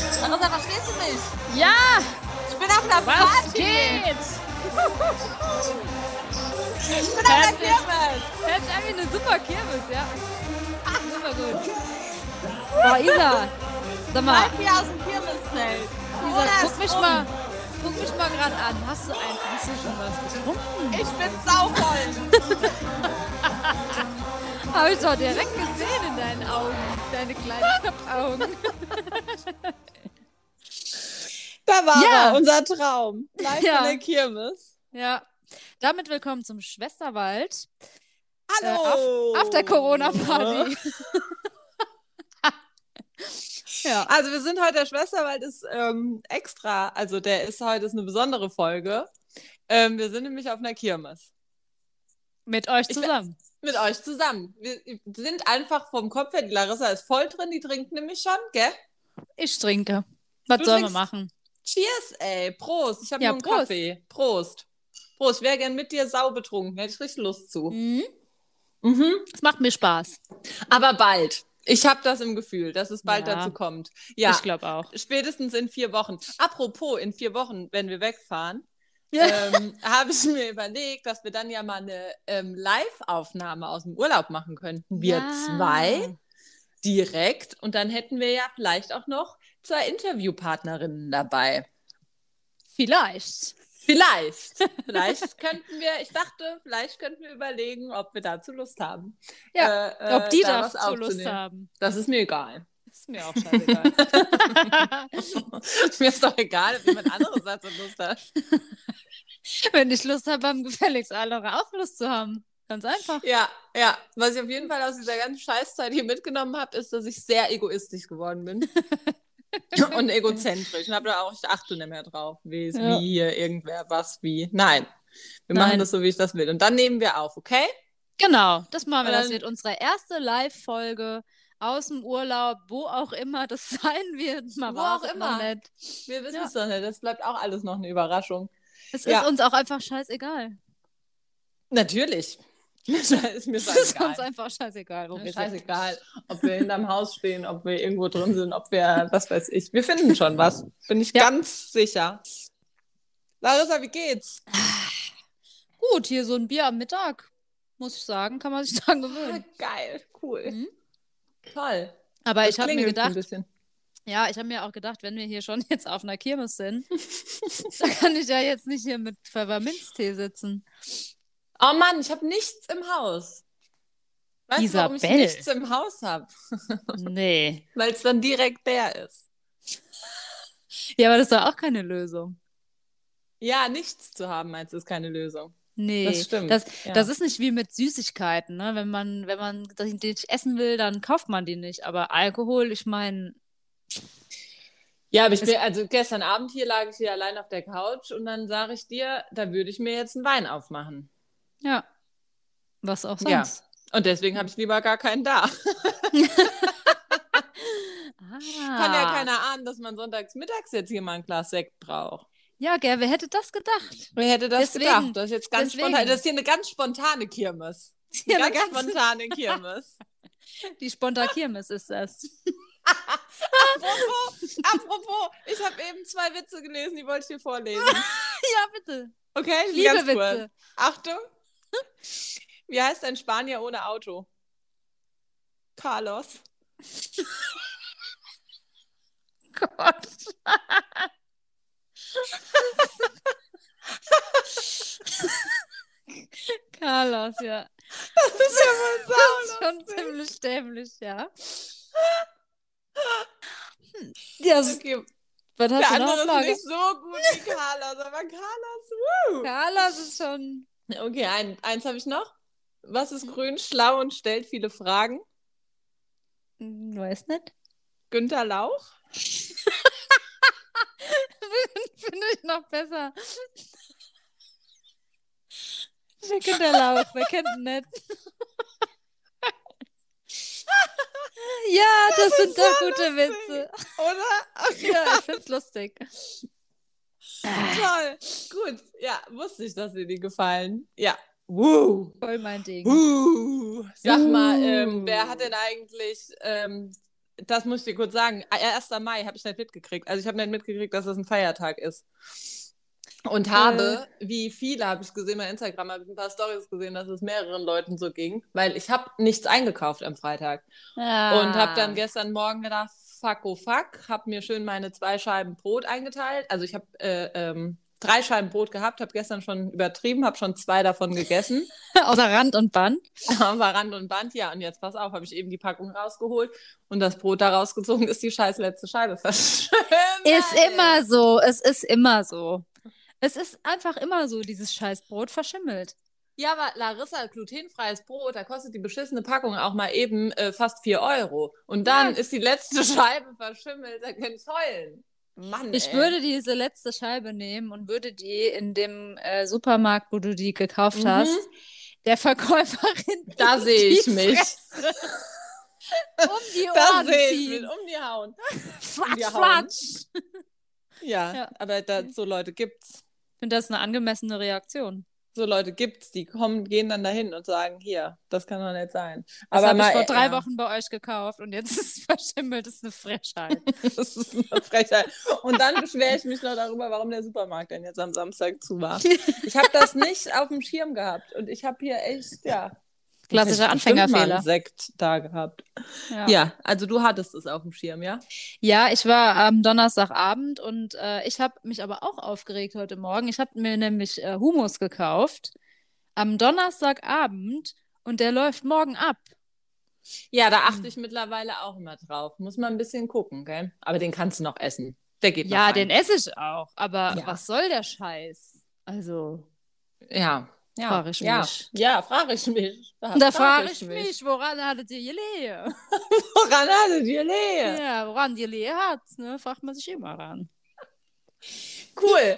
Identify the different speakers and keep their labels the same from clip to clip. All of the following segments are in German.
Speaker 1: Rosa, verstehst du mich?
Speaker 2: Ja!
Speaker 1: Ich bin auf einer
Speaker 2: Was
Speaker 1: Party.
Speaker 2: geht's?
Speaker 1: Ich bin auf einer
Speaker 2: Fertig. Ah.
Speaker 1: Kirmes.
Speaker 2: Hört sich an wie eine super Kirmes, ja. Super gut. Boah, Isa. Sag mal,
Speaker 1: Bleib hier aus dem Kirmeszelt. um.
Speaker 2: Isa, guck mich mal, guck mich mal gerade an. Hast du, ein, hast du schon was getrunken?
Speaker 1: Ich bin sauvoll.
Speaker 2: Hab ich doch direkt gesehen in deinen Augen. Deine kleinen Knopfaugen.
Speaker 1: Da war
Speaker 2: Ja.
Speaker 1: er, unser Traum. Live
Speaker 2: Ja.
Speaker 1: in der Kirmes.
Speaker 2: Ja. Damit willkommen zum Schwesterwald.
Speaker 1: Hallo.
Speaker 2: Äh, Auf der Corona-Party. ja.
Speaker 1: Also wir sind heute, der Schwesterwald ist ähm, extra, also der ist heute ist eine besondere Folge. Ähm, wir sind nämlich auf einer Kirmes.
Speaker 2: Mit euch
Speaker 1: Ich-
Speaker 2: zusammen.
Speaker 1: Mit euch zusammen. Wir sind einfach vom Kopf her, die Larissa ist voll drin, die trinkt nämlich schon, gell?
Speaker 2: Ich, trinke. Was
Speaker 1: Du
Speaker 2: sollen wir
Speaker 1: trinkst-
Speaker 2: machen?
Speaker 1: Cheers, ey. Prost. Ich habe
Speaker 2: Ja,
Speaker 1: nur einen
Speaker 2: Prost.
Speaker 1: Kaffee. Prost. Prost. Ich wäre gern mit dir sau betrunken. Hätte ich richtig Lust zu.
Speaker 2: Mhm.
Speaker 1: Mhm.
Speaker 2: Es macht mir Spaß.
Speaker 1: Aber bald. Ich habe das im Gefühl, dass es bald
Speaker 2: Ja.
Speaker 1: dazu kommt. Ja.
Speaker 2: Ich glaube auch.
Speaker 1: Spätestens in vier Wochen. Apropos, in vier Wochen, wenn wir wegfahren, ähm, habe ich mir überlegt, dass wir dann ja mal eine ähm, Live-Aufnahme aus dem Urlaub machen könnten. Wir
Speaker 2: Ja.
Speaker 1: zwei direkt. Und dann hätten wir ja vielleicht auch noch zwei Interviewpartnerinnen dabei.
Speaker 2: Vielleicht.
Speaker 1: Vielleicht. Vielleicht könnten wir, ich dachte, vielleicht könnten wir überlegen, ob wir dazu Lust haben.
Speaker 2: Ja,
Speaker 1: Äh, äh,
Speaker 2: Ob die
Speaker 1: da was
Speaker 2: dazu Lust
Speaker 1: aufzunehmen.
Speaker 2: haben.
Speaker 1: Das ist mir egal.
Speaker 2: Ist mir auch scheißegal.
Speaker 1: mir ist doch egal, ob jemand anderes dazu Lust hat.
Speaker 2: Wenn ich Lust habe, haben gefälligst andere auch Lust zu haben. Ganz einfach.
Speaker 1: Ja, ja. Was ich auf jeden Fall aus dieser ganzen Scheißzeit hier mitgenommen habe, ist, dass ich sehr egoistisch geworden bin. Und egozentrisch. Und habe da auch, ich achte nicht mehr drauf, wie es
Speaker 2: Ja.
Speaker 1: wie hier, irgendwer, was, wie. Nein. Wir
Speaker 2: Nein.
Speaker 1: machen das so, wie ich das will. Und dann nehmen wir auf, okay?
Speaker 2: Genau, das machen wir. Das
Speaker 1: Dann-
Speaker 2: wird unsere erste Live-Folge aus dem Urlaub, wo auch immer das sein wird. Man
Speaker 1: Wo
Speaker 2: weiß
Speaker 1: auch
Speaker 2: es noch
Speaker 1: immer.
Speaker 2: nicht.
Speaker 1: Wir wissen
Speaker 2: Ja.
Speaker 1: es doch nicht. Das bleibt auch alles noch eine Überraschung.
Speaker 2: Es
Speaker 1: Ja.
Speaker 2: ist uns auch einfach scheißegal.
Speaker 1: Natürlich. ist mir
Speaker 2: Es ist uns
Speaker 1: scheißegal.
Speaker 2: einfach scheißegal, wo
Speaker 1: Mir
Speaker 2: wir
Speaker 1: ist
Speaker 2: sind.
Speaker 1: scheißegal, ob wir hinterm Haus stehen, ob wir irgendwo drin sind, ob wir, was weiß ich. Wir finden schon was. Bin ich
Speaker 2: Ja.
Speaker 1: ganz sicher. Larissa, wie geht's?
Speaker 2: Gut, hier so ein Bier am Mittag, muss ich sagen, kann man sich dran gewöhnen.
Speaker 1: Ah, geil, cool.
Speaker 2: Ah, Mhm.
Speaker 1: Toll.
Speaker 2: Aber
Speaker 1: Das
Speaker 2: ich habe mir
Speaker 1: klingelt Ein
Speaker 2: gedacht,
Speaker 1: bisschen.
Speaker 2: Ja, ich habe mir auch gedacht, wenn wir hier schon jetzt auf einer Kirmes sind, da kann ich ja jetzt nicht hier mit Pfefferminztee sitzen.
Speaker 1: Oh Mann, ich habe nichts im Haus. Weißt du, warum ich
Speaker 2: Isabel.
Speaker 1: nichts im Haus habe?
Speaker 2: Nee.
Speaker 1: Weil es dann direkt der ist.
Speaker 2: Ja, aber das ist doch auch keine Lösung.
Speaker 1: Ja, nichts zu haben, meinst du, ist keine Lösung.
Speaker 2: Nee.
Speaker 1: Das stimmt.
Speaker 2: Das,
Speaker 1: ja.
Speaker 2: das ist nicht wie mit Süßigkeiten, ne? Wenn man, wenn man das nicht essen will, dann kauft man die nicht. Aber Alkohol, ich meine,
Speaker 1: Ja, aber ich
Speaker 2: Es-
Speaker 1: bin, also gestern Abend hier lag ich hier allein auf der Couch und dann sage ich dir, da würde ich mir jetzt einen Wein aufmachen.
Speaker 2: ja. Was auch
Speaker 1: Ja.
Speaker 2: sonst.
Speaker 1: Und deswegen habe ich lieber gar keinen da.
Speaker 2: Ah.
Speaker 1: Kann ja keiner ahnen, dass man sonntags mittags jetzt hier mal ein Glas Sekt braucht.
Speaker 2: Ja, gell, wer hätte das gedacht?
Speaker 1: Wer hätte das
Speaker 2: Deswegen.
Speaker 1: gedacht? Das ist jetzt ganz
Speaker 2: Deswegen.
Speaker 1: spontan. Das ist hier eine ganz spontane Kirmes.
Speaker 2: Ja,
Speaker 1: eine ganz
Speaker 2: eine ganz-
Speaker 1: spontane Kirmes.
Speaker 2: Die Spontakirmes ist das.
Speaker 1: apropos, apropos, ich habe eben zwei Witze gelesen, die wollte ich dir vorlesen.
Speaker 2: ja, bitte.
Speaker 1: Okay, die sind
Speaker 2: Liebe
Speaker 1: ganz kurz.
Speaker 2: Witze.
Speaker 1: Achtung. Wie heißt ein Spanier ohne Auto? Carlos.
Speaker 2: Gott. Carlos, ja.
Speaker 1: Das ist ja wohl
Speaker 2: Das
Speaker 1: sauer.
Speaker 2: ist schon ziemlich dämlich, ja. Hm. Ja, s-
Speaker 1: Okay,
Speaker 2: was hast
Speaker 1: der
Speaker 2: du noch?
Speaker 1: andere ist
Speaker 2: Frage?
Speaker 1: nicht so gut wie Carlos, aber Carlos, wuhu.
Speaker 2: Carlos ist schon.
Speaker 1: Okay, ein, eins habe ich noch. Was ist grün, schlau und stellt viele Fragen?
Speaker 2: Hm, Weiß nicht.
Speaker 1: Günther Lauch?
Speaker 2: Finde ich noch besser. Wer kennt der Lauch? Wer kennt ihn nicht? Ja, das, sind doch gute Witze.
Speaker 1: Oder? Okay,
Speaker 2: Ja, ich find's lustig.
Speaker 1: toll. Gut, ja, wusste ich, dass dir die gefallen. Ja. Woo.
Speaker 2: Voll mein Ding.
Speaker 1: Woo. Sag mal, ähm,
Speaker 2: Woo.
Speaker 1: wer hat denn eigentlich ähm, das muss ich dir kurz sagen. 1. Mai habe ich nicht mitgekriegt. Also ich habe nicht mitgekriegt, dass es das ein Feiertag ist. Und habe, wie viele habe ich gesehen bei Instagram, habe ich ein paar Stories gesehen, dass es mehreren Leuten so ging, weil ich habe nichts eingekauft am Freitag.
Speaker 2: Ah.
Speaker 1: Und habe dann gestern Morgen gedacht, fuck, oh fuck, habe mir schön meine zwei Scheiben Brot eingeteilt. Also ich habe äh, ähm, drei Scheiben Brot gehabt, habe gestern schon übertrieben, habe schon zwei davon gegessen.
Speaker 2: Außer Rand und Band.
Speaker 1: War Rand und Band, ja. Und jetzt pass auf, habe ich eben die Packung rausgeholt und das Brot da rausgezogen, ist die scheiß letzte Scheibe verschimmelt.
Speaker 2: Ist immer so. Es ist immer so. Es ist einfach immer so, dieses scheiß Brot verschimmelt.
Speaker 1: Ja, aber Larissa, glutenfreies Brot, da kostet die beschissene Packung auch mal eben äh, fast 4 Euro. Und dann ist die letzte Scheibe verschimmelt, da könnt ihr heulen. Mann,
Speaker 2: Ich
Speaker 1: ey.
Speaker 2: würde diese letzte Scheibe nehmen und würde die in dem äh, Supermarkt, wo du die gekauft
Speaker 1: Mhm.
Speaker 2: hast, der Verkäuferin
Speaker 1: Da
Speaker 2: in
Speaker 1: sehe
Speaker 2: die
Speaker 1: ich mich.
Speaker 2: Fresse um die
Speaker 1: Da
Speaker 2: Ohren
Speaker 1: sehe ich
Speaker 2: ziehen.
Speaker 1: mit um die Hauen.
Speaker 2: Fratsch,
Speaker 1: die Hauen.
Speaker 2: fratsch.
Speaker 1: Ja,
Speaker 2: Ja.
Speaker 1: aber da, so Leute gibt's.
Speaker 2: Ich finde das eine angemessene Reaktion.
Speaker 1: So Leute gibt's, die kommen, gehen dann dahin und sagen, hier, das kann doch nicht sein.
Speaker 2: Das habe ich
Speaker 1: mal-
Speaker 2: vor drei
Speaker 1: ja.
Speaker 2: Wochen bei euch gekauft und jetzt ist es verschimmelt. Das ist eine Frechheit.
Speaker 1: Das ist eine Frechheit. Und dann beschwere ich mich noch darüber, warum der Supermarkt denn jetzt am Samstag zu war. Ich habe das nicht auf dem Schirm gehabt und ich habe hier echt, ja.
Speaker 2: Klassischer
Speaker 1: ich hätte bestimmt mal
Speaker 2: Anfängerfehler.
Speaker 1: einen Sekt da gehabt. Ja. also du hattest es auf dem Schirm, ja?
Speaker 2: Ja, ich war am Donnerstagabend und äh, ich habe mich aber auch aufgeregt heute Morgen. Ich habe mir nämlich äh, Hummus gekauft am Donnerstagabend und der läuft morgen ab.
Speaker 1: Ja, da achte ich mittlerweile auch immer drauf. Muss man ein bisschen gucken, gell? Aber den kannst du noch essen. Der geht
Speaker 2: Ja,
Speaker 1: noch
Speaker 2: den
Speaker 1: rein.
Speaker 2: esse ich auch, aber
Speaker 1: Ja.
Speaker 2: was soll der Scheiß? Also,
Speaker 1: Ja. Ja,
Speaker 2: Frag ich
Speaker 1: ja.
Speaker 2: mich.
Speaker 1: Ja, frage ich mich.
Speaker 2: da frage ich mich, woran hattet ihr Gelee?
Speaker 1: Woran hattet ihr Lehe?
Speaker 2: Ja, woran Gelee hat, ne, fragt man sich immer ran.
Speaker 1: Cool,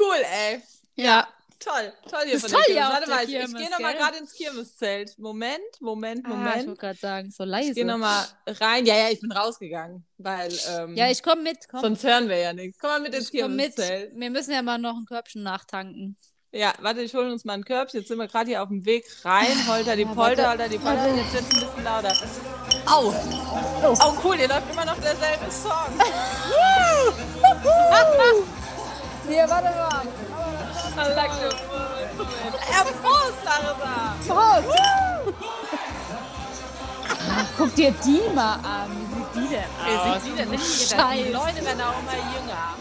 Speaker 1: cool, ey.
Speaker 2: Ja.
Speaker 1: Toll, toll hier
Speaker 2: Ist
Speaker 1: von
Speaker 2: toll
Speaker 1: der
Speaker 2: hier
Speaker 1: Kirmes.
Speaker 2: auf
Speaker 1: Warte
Speaker 2: der
Speaker 1: mal, ich, ich
Speaker 2: Kirmes,
Speaker 1: gehe nochmal
Speaker 2: gell?
Speaker 1: gerade ins Kirmeszelt. Moment, Moment,
Speaker 2: Ah, ich wollte
Speaker 1: Moment.
Speaker 2: gerade sagen, so
Speaker 1: ich gehe
Speaker 2: leise.
Speaker 1: nochmal rein. Ja, ja, ich bin rausgegangen, weil ähm,
Speaker 2: Ja, ich komme mit, komm.
Speaker 1: sonst hören wir ja nichts. Komm mal mit ins
Speaker 2: Ich komm mit.
Speaker 1: Kirmeszelt.
Speaker 2: Wir müssen ja mal noch ein Körbchen nachtanken.
Speaker 1: Ja, warte, ich hole uns mal ein Körbchen. Jetzt sind wir gerade hier auf dem Weg rein. Holter die
Speaker 2: Ja,
Speaker 1: Polter,
Speaker 2: Ah, warte.
Speaker 1: holter die Polter.
Speaker 2: Warte.
Speaker 1: Jetzt wird's ein bisschen lauter. Au!
Speaker 2: Oh.
Speaker 1: Oh, cool, hier läuft immer noch derselbe Song.
Speaker 2: Ja, warte mal.
Speaker 1: Er Prost, Larissa!
Speaker 2: Prost! guck dir die mal an. Wie sieht die denn
Speaker 1: Wie
Speaker 2: aus?
Speaker 1: sieht die denn nicht?
Speaker 2: Scheiße.
Speaker 1: Die Leute werden auch immer jünger.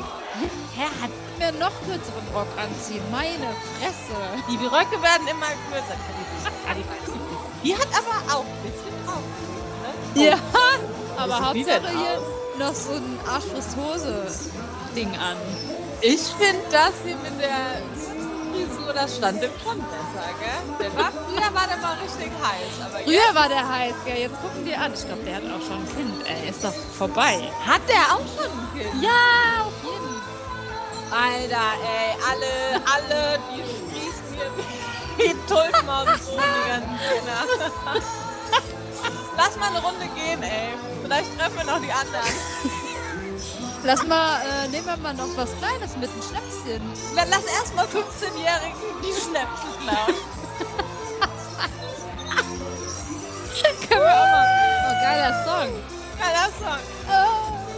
Speaker 2: Herr hat mir noch kürzeren Rock anziehen. Meine Fresse.
Speaker 1: Die Röcke werden immer größer. Kann ich nicht. Die hat aber auch ein bisschen drauf.
Speaker 2: Ja,
Speaker 1: Wie
Speaker 2: aber
Speaker 1: sieht die denn
Speaker 2: Hauptsache hier noch so ein Arschfristhose-Ding an.
Speaker 1: Ich finde das hier mit der Frisur, das stand dem schon besser, gell? Der war, früher war der mal richtig heiß. Aber jetzt-
Speaker 2: Früher war der heiß, gell? Jetzt gucken wir an. Ich glaube, der hat auch schon ein Kind, ey. Ist doch vorbei.
Speaker 1: hat der auch schon ein Kind?
Speaker 2: Ja, auf jeden Fall.
Speaker 1: Alter, ey, alle, alle, die sprießen hier wie Tulpen aus dem Boden, die ganzen Kinder. Lass mal eine Runde gehen, ey. Vielleicht treffen wir noch die anderen.
Speaker 2: Lass mal, äh, nehmen wir mal noch was Kleines mit, ein Schnäpschen.
Speaker 1: Na, Lass erstmal 15-Jährigen die Schnäpse klauen.
Speaker 2: Können wir auch mal. Oh, geiler Song.
Speaker 1: Geiler Song.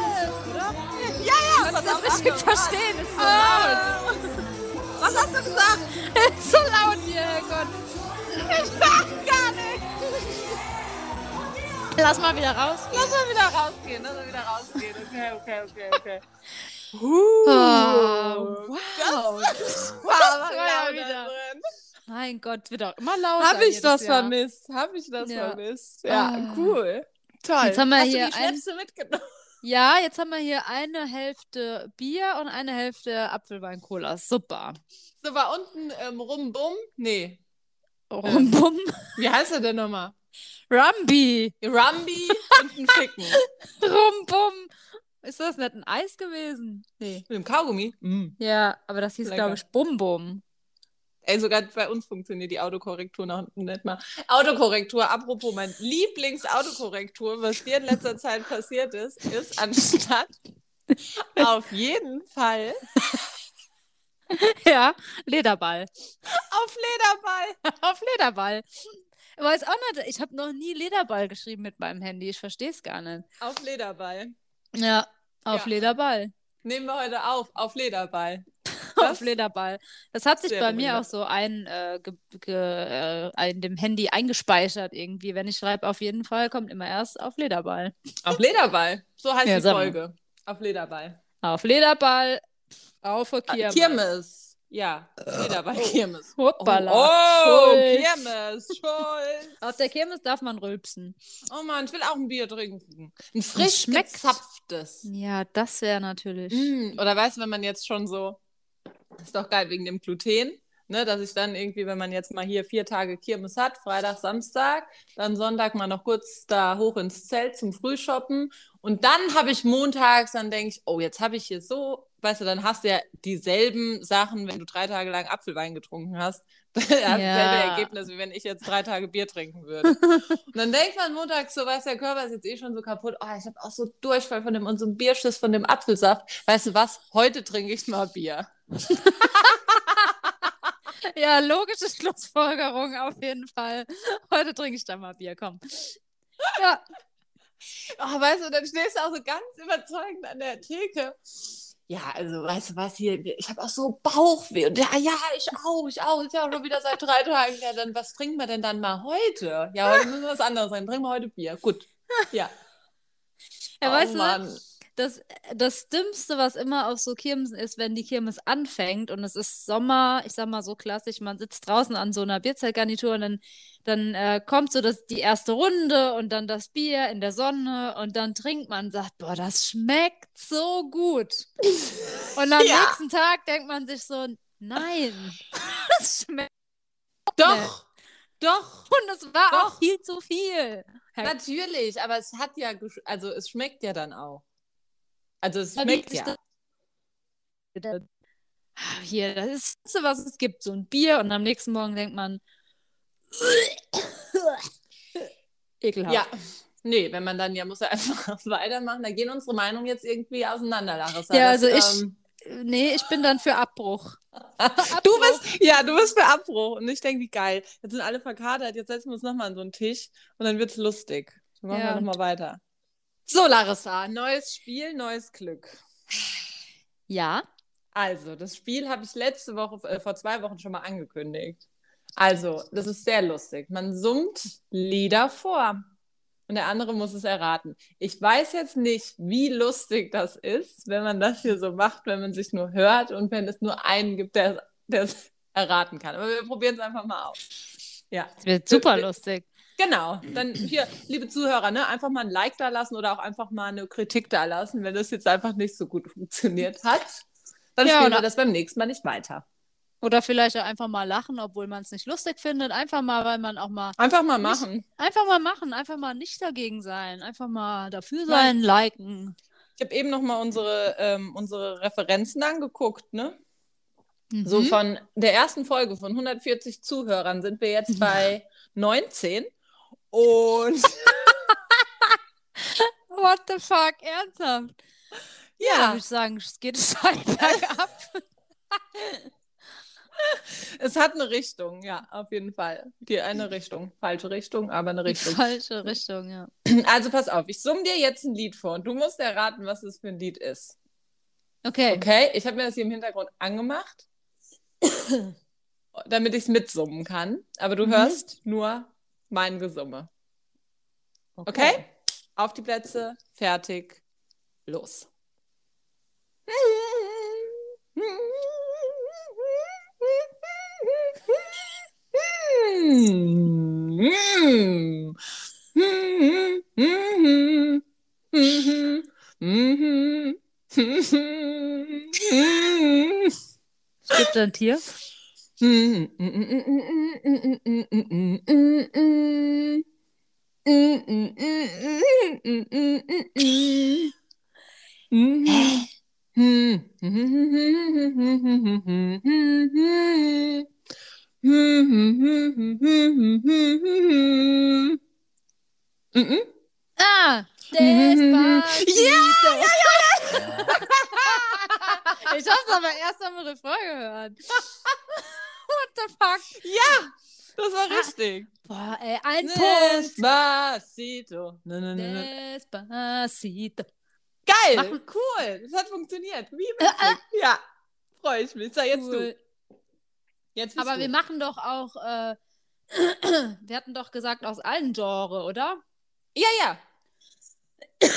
Speaker 1: Ja, ja,
Speaker 2: Kannst du das richtig verstehen? Ist so laut.
Speaker 1: Oh. Was hast du gesagt?
Speaker 2: Ist so laut hier, Herrgott.
Speaker 1: Ich sag gar nicht.
Speaker 2: Lass mal wieder raus.
Speaker 1: Lass mal wieder rausgehen, lass mal wieder rausgehen. Okay, okay, okay, okay.
Speaker 2: Oh, wow.
Speaker 1: Wow, war
Speaker 2: ja
Speaker 1: lauter
Speaker 2: wieder.
Speaker 1: drin.
Speaker 2: Oh. Mein Gott, wird auch immer lauter.
Speaker 1: Hab ich
Speaker 2: jedes
Speaker 1: das
Speaker 2: Jahr.
Speaker 1: vermisst? Hab ich das
Speaker 2: Ja.
Speaker 1: vermisst? Ja,
Speaker 2: Ah.
Speaker 1: cool. Toll.
Speaker 2: Jetzt haben wir
Speaker 1: Hast
Speaker 2: hier
Speaker 1: du die
Speaker 2: ein-
Speaker 1: Schnäpse mitgenommen?
Speaker 2: Ja, jetzt haben wir hier eine Hälfte Bier und eine Hälfte Apfelwein-Cola. Super.
Speaker 1: So, war unten ähm, rumbum? Nee.
Speaker 2: Ähm. Rumbum.
Speaker 1: Wie heißt er denn nochmal?
Speaker 2: Rumbi.
Speaker 1: Rumbi und ein Ficken.
Speaker 2: Rumbum. Ist das nicht ein Eis gewesen?
Speaker 1: Nee. Mit dem Kaugummi? Mm.
Speaker 2: Ja, aber das hieß,
Speaker 1: Lecker.
Speaker 2: glaube ich, Bum-Bum.
Speaker 1: Ey, sogar bei uns funktioniert die Autokorrektur noch nicht mal. Autokorrektur, apropos, mein Lieblingsautokorrektur, was dir in letzter Zeit passiert ist, ist anstatt auf jeden Fall
Speaker 2: Ja, Lederball.
Speaker 1: auf Lederball.
Speaker 2: Auf Lederball. weiß auch nicht, ich habe noch nie Lederball geschrieben mit meinem Handy. Ich verstehe es gar nicht.
Speaker 1: Auf Lederball.
Speaker 2: Ja, auf
Speaker 1: Ja.
Speaker 2: Lederball.
Speaker 1: Nehmen wir heute auf, auf Lederball.
Speaker 2: Auf Lederball. Das hat sich
Speaker 1: Sehr
Speaker 2: bei mir
Speaker 1: originell.
Speaker 2: auch so ein, äh, ge, ge, äh, in dem Handy eingespeichert irgendwie. Wenn ich schreibe, auf jeden Fall kommt immer erst auf Lederball.
Speaker 1: Auf Lederball. So heißt
Speaker 2: Ja,
Speaker 1: die
Speaker 2: sag mal.
Speaker 1: Folge. Auf Lederball.
Speaker 2: Auf Lederball, auf
Speaker 1: Ah,
Speaker 2: Kirmes. Oh.
Speaker 1: Kirmes. Ja, Lederball Kirmes.
Speaker 2: Hoppala.
Speaker 1: Oh, oh
Speaker 2: Schulz.
Speaker 1: Kirmes, Schulz.
Speaker 2: Auf der Kirmes darf man rülpsen.
Speaker 1: Oh Mann, ich will auch ein Bier trinken. Ein frisch
Speaker 2: schmeckt's.
Speaker 1: gezapftes.
Speaker 2: Ja, das wäre natürlich.
Speaker 1: Mm, oder weißt du, wenn man jetzt schon so, ist doch geil wegen dem Gluten, ne, dass ich dann irgendwie, wenn man jetzt mal hier vier Tage Kirmes hat, Freitag, Samstag, dann Sonntag mal noch kurz da hoch ins Zelt zum Frühshoppen und dann habe ich montags, dann denke ich, oh, jetzt habe ich hier so, weißt du, dann hast du ja dieselben Sachen, wenn du drei Tage lang Apfelwein getrunken hast, dann hast du
Speaker 2: Ja.
Speaker 1: dasselbe Ergebnis, wie wenn ich jetzt drei Tage Bier trinken würde. Und dann denkt man montags so, weißt du, der Körper ist jetzt eh schon so kaputt. Oh, ich habe auch so Durchfall von dem und so ein Bierschiss von dem Apfelsaft. Weißt du was? Heute trinke ich mal Bier.
Speaker 2: Ja, logische Schlussfolgerung auf jeden Fall. Heute trinke ich da mal Bier, komm. Ja,
Speaker 1: Oh, weißt du, dann stehst du auch so ganz überzeugend an der Theke. Ja, also, weißt du was hier? Ich habe auch so Bauchweh. Und ja, ja, ich auch, ich auch. Ist ja auch schon wieder seit drei Tagen. Ja, dann was trinken wir denn dann mal heute? Ja, heute müssen wir was anderes sein. Trinken wir heute Bier. Gut. Ja.
Speaker 2: ja
Speaker 1: Oh,
Speaker 2: weißt du, ne?
Speaker 1: Mann.
Speaker 2: das, das Dümmste, was immer auf so Kirmesen ist, wenn die Kirmes anfängt und es ist Sommer, ich sag mal so klassisch, man sitzt draußen an so einer Bierzeltgarnitur und dann, dann äh, kommt so das, die erste Runde und dann das Bier in der Sonne und dann trinkt man und sagt, boah, das schmeckt so gut. Und am
Speaker 1: Ja.
Speaker 2: nächsten Tag denkt man sich so, nein, das schmeckt
Speaker 1: Doch, doch.
Speaker 2: Und es war
Speaker 1: Doch.
Speaker 2: auch viel zu viel.
Speaker 1: Natürlich, aber es hat ja, gesch- also es schmeckt ja dann auch. Also es
Speaker 2: Da
Speaker 1: schmeckt
Speaker 2: liegt sich
Speaker 1: ja.
Speaker 2: das- Ah, Hier, das ist das, Beste, was es gibt. So ein Bier und am nächsten Morgen denkt man. Ekelhaft.
Speaker 1: Ja. Nee, wenn man dann, ja, muss ja einfach weitermachen. Da gehen unsere Meinungen jetzt irgendwie auseinander, Larissa.
Speaker 2: Ja,
Speaker 1: Das, ähm,
Speaker 2: also ich- Nee, ich bin dann für Abbruch.
Speaker 1: du bist, ja, du bist für Abbruch. Und ich denke, wie geil. Jetzt sind alle verkatert, jetzt setzen wir uns nochmal an so einen Tisch und dann wird's lustig. Dann machen
Speaker 2: Ja,
Speaker 1: wir
Speaker 2: und-
Speaker 1: nochmal weiter. So, Larissa, neues Spiel, neues Glück.
Speaker 2: Ja.
Speaker 1: Also, das Spiel habe ich letzte Woche, äh, vor zwei Wochen schon mal angekündigt. Also, das ist sehr lustig. Man summt Lieder vor und der andere muss es erraten. Ich weiß jetzt nicht, wie lustig das ist, wenn man das hier so macht, wenn man sich nur hört und wenn es nur einen gibt, der der es erraten kann. Aber wir probieren es einfach mal aus. Ja.
Speaker 2: Das wird super lustig.
Speaker 1: Genau, dann hier, liebe Zuhörer, ne, einfach mal ein Like da lassen oder auch einfach mal eine Kritik da lassen, wenn das jetzt einfach nicht so gut funktioniert hat. Dann
Speaker 2: Ja,
Speaker 1: spielen wir
Speaker 2: oder-
Speaker 1: das beim nächsten Mal nicht weiter.
Speaker 2: Oder vielleicht auch einfach mal lachen, obwohl man es nicht lustig findet. Einfach mal, weil man auch mal.
Speaker 1: Einfach mal machen.
Speaker 2: Einfach mal machen. Einfach mal nicht dagegen sein. Einfach mal dafür sein, liken.
Speaker 1: Ich habe eben noch mal unsere, ähm, unsere Referenzen angeguckt, ne?
Speaker 2: Mhm.
Speaker 1: So von der ersten Folge von 140 Zuhörern sind wir jetzt bei 19 und
Speaker 2: What the fuck? Ernsthaft? Ja, dann
Speaker 1: ja,
Speaker 2: würde ich sagen, es geht steil bergab.
Speaker 1: es hat eine Richtung, ja, auf jeden Fall. Die eine Richtung, falsche Richtung, aber eine
Speaker 2: Die
Speaker 1: Richtung.
Speaker 2: falsche Richtung, ja.
Speaker 1: Also pass auf, ich summe dir jetzt ein Lied vor und du musst erraten, was es für ein Lied ist.
Speaker 2: Okay.
Speaker 1: Okay? Ich habe mir das hier im Hintergrund angemacht, damit ich es mitsummen kann. Aber du
Speaker 2: Mhm.
Speaker 1: hörst nur mein Gesumme. Okay? Auf die Plätze, fertig, los.
Speaker 2: Es gibt ein Tier. Hm, hm. Ah! Despacito. Ja, ja, ja, ja. ich hab's aber erst am Refrain gehört. What the fuck?
Speaker 1: Ja, Das war richtig.
Speaker 2: Boah, ey, Ah, ein Punkt.
Speaker 1: Despacito. Ne, ne, ne, ne.
Speaker 2: Despacito.
Speaker 1: Geil,
Speaker 2: Machen-
Speaker 1: cool. Das hat funktioniert. Wie witzig. Ja, freue ich mich. So, jetzt
Speaker 2: Cool.
Speaker 1: du. Jetzt bist
Speaker 2: Aber
Speaker 1: du.
Speaker 2: wir machen doch auch, äh, wir hatten doch gesagt, aus allen Genres, oder?
Speaker 1: ja, ja.
Speaker 2: Ich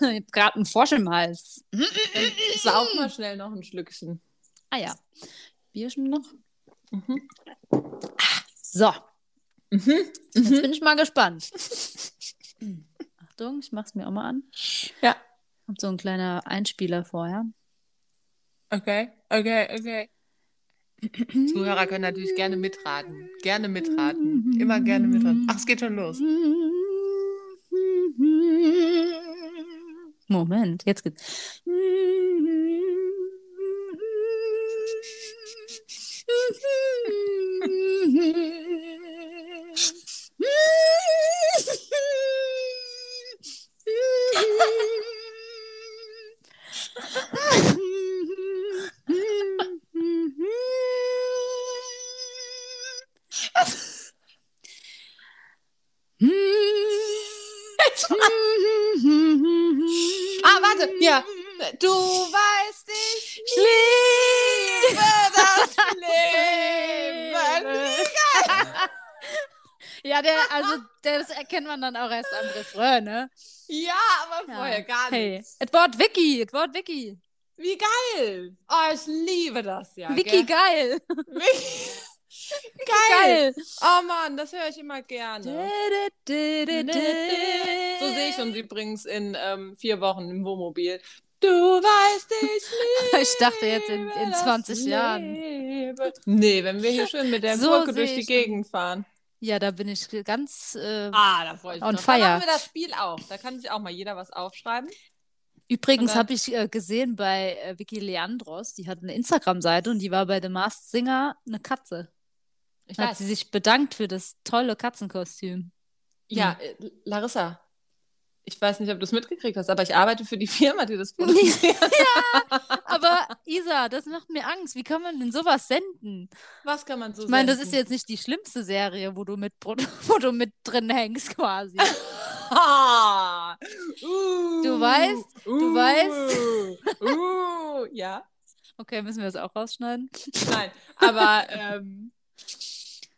Speaker 2: hab gerade einen Frosch im Hals.
Speaker 1: Sauf mal schnell noch ein Schlückchen.
Speaker 2: Ah ja. Bierchen noch.
Speaker 1: Mhm.
Speaker 2: So,
Speaker 1: Mhm.
Speaker 2: jetzt
Speaker 1: Mhm.
Speaker 2: bin ich mal gespannt. Hm. Achtung, ich mach's mir auch mal an.
Speaker 1: Ja.
Speaker 2: Kommt so ein kleiner Einspieler vorher.
Speaker 1: Okay, okay, okay. Zuhörer können natürlich gerne mitraten. Gerne mitraten. Immer gerne mitraten. Ach, es geht schon los.
Speaker 2: Moment, jetzt geht's. Hm.
Speaker 1: Ah, warte, ja. Du weißt, ich liebe das Leben.
Speaker 2: Ja, der, also das erkennt man dann auch erst am Refrain, ne?
Speaker 1: Ja, aber
Speaker 2: Ja.
Speaker 1: vorher gar
Speaker 2: Hey,
Speaker 1: nichts.
Speaker 2: es Wort Wiki, es Wort Wiki.
Speaker 1: Wie geil. Oh, ich liebe das ja.
Speaker 2: Wiki
Speaker 1: gell?
Speaker 2: geil.
Speaker 1: Wiki- geil.
Speaker 2: Geil.
Speaker 1: Oh Mann, das höre ich immer gerne. So
Speaker 2: So
Speaker 1: sehe ich uns übrigens in ähm, vier Wochen im Wohnmobil. Du weißt, ich liebe
Speaker 2: Ich dachte jetzt in, in
Speaker 1: das
Speaker 2: 20 Jahren.
Speaker 1: Leben. Nee, wenn wir hier schön mit der
Speaker 2: So
Speaker 1: Gurke
Speaker 2: sehe
Speaker 1: durch die
Speaker 2: ich-
Speaker 1: Gegend fahren.
Speaker 2: Ja, da bin ich ganz äh,
Speaker 1: Ah, da freue ich mich.
Speaker 2: On
Speaker 1: drauf. Dann
Speaker 2: fire.
Speaker 1: machen wir das Spiel auch. Da kann sich auch mal jeder was aufschreiben.
Speaker 2: Übrigens
Speaker 1: Aber-
Speaker 2: habe ich äh, gesehen bei äh, Vicky Leandros, die hat eine Instagram-Seite und die war bei The Masked Singer eine Katze.
Speaker 1: Ich
Speaker 2: Da hat sie sich bedankt für das tolle Katzenkostüm.
Speaker 1: Ja, äh, Larissa, ich weiß nicht, ob du es mitgekriegt hast, aber ich arbeite für die Firma, die das
Speaker 2: Ja.
Speaker 1: produziert.
Speaker 2: Aber Isa, das macht mir Angst. Wie kann man denn sowas senden?
Speaker 1: Was kann man so
Speaker 2: Ich meine, das
Speaker 1: senden?
Speaker 2: ist jetzt nicht die schlimmste Serie, wo du mit, pro- wo du mit drin hängst quasi.
Speaker 1: Ah, uh,
Speaker 2: Du weißt,
Speaker 1: uh,
Speaker 2: du weißt.
Speaker 1: Uh, ja,
Speaker 2: Okay, müssen wir das auch rausschneiden?
Speaker 1: nein, aber ähm,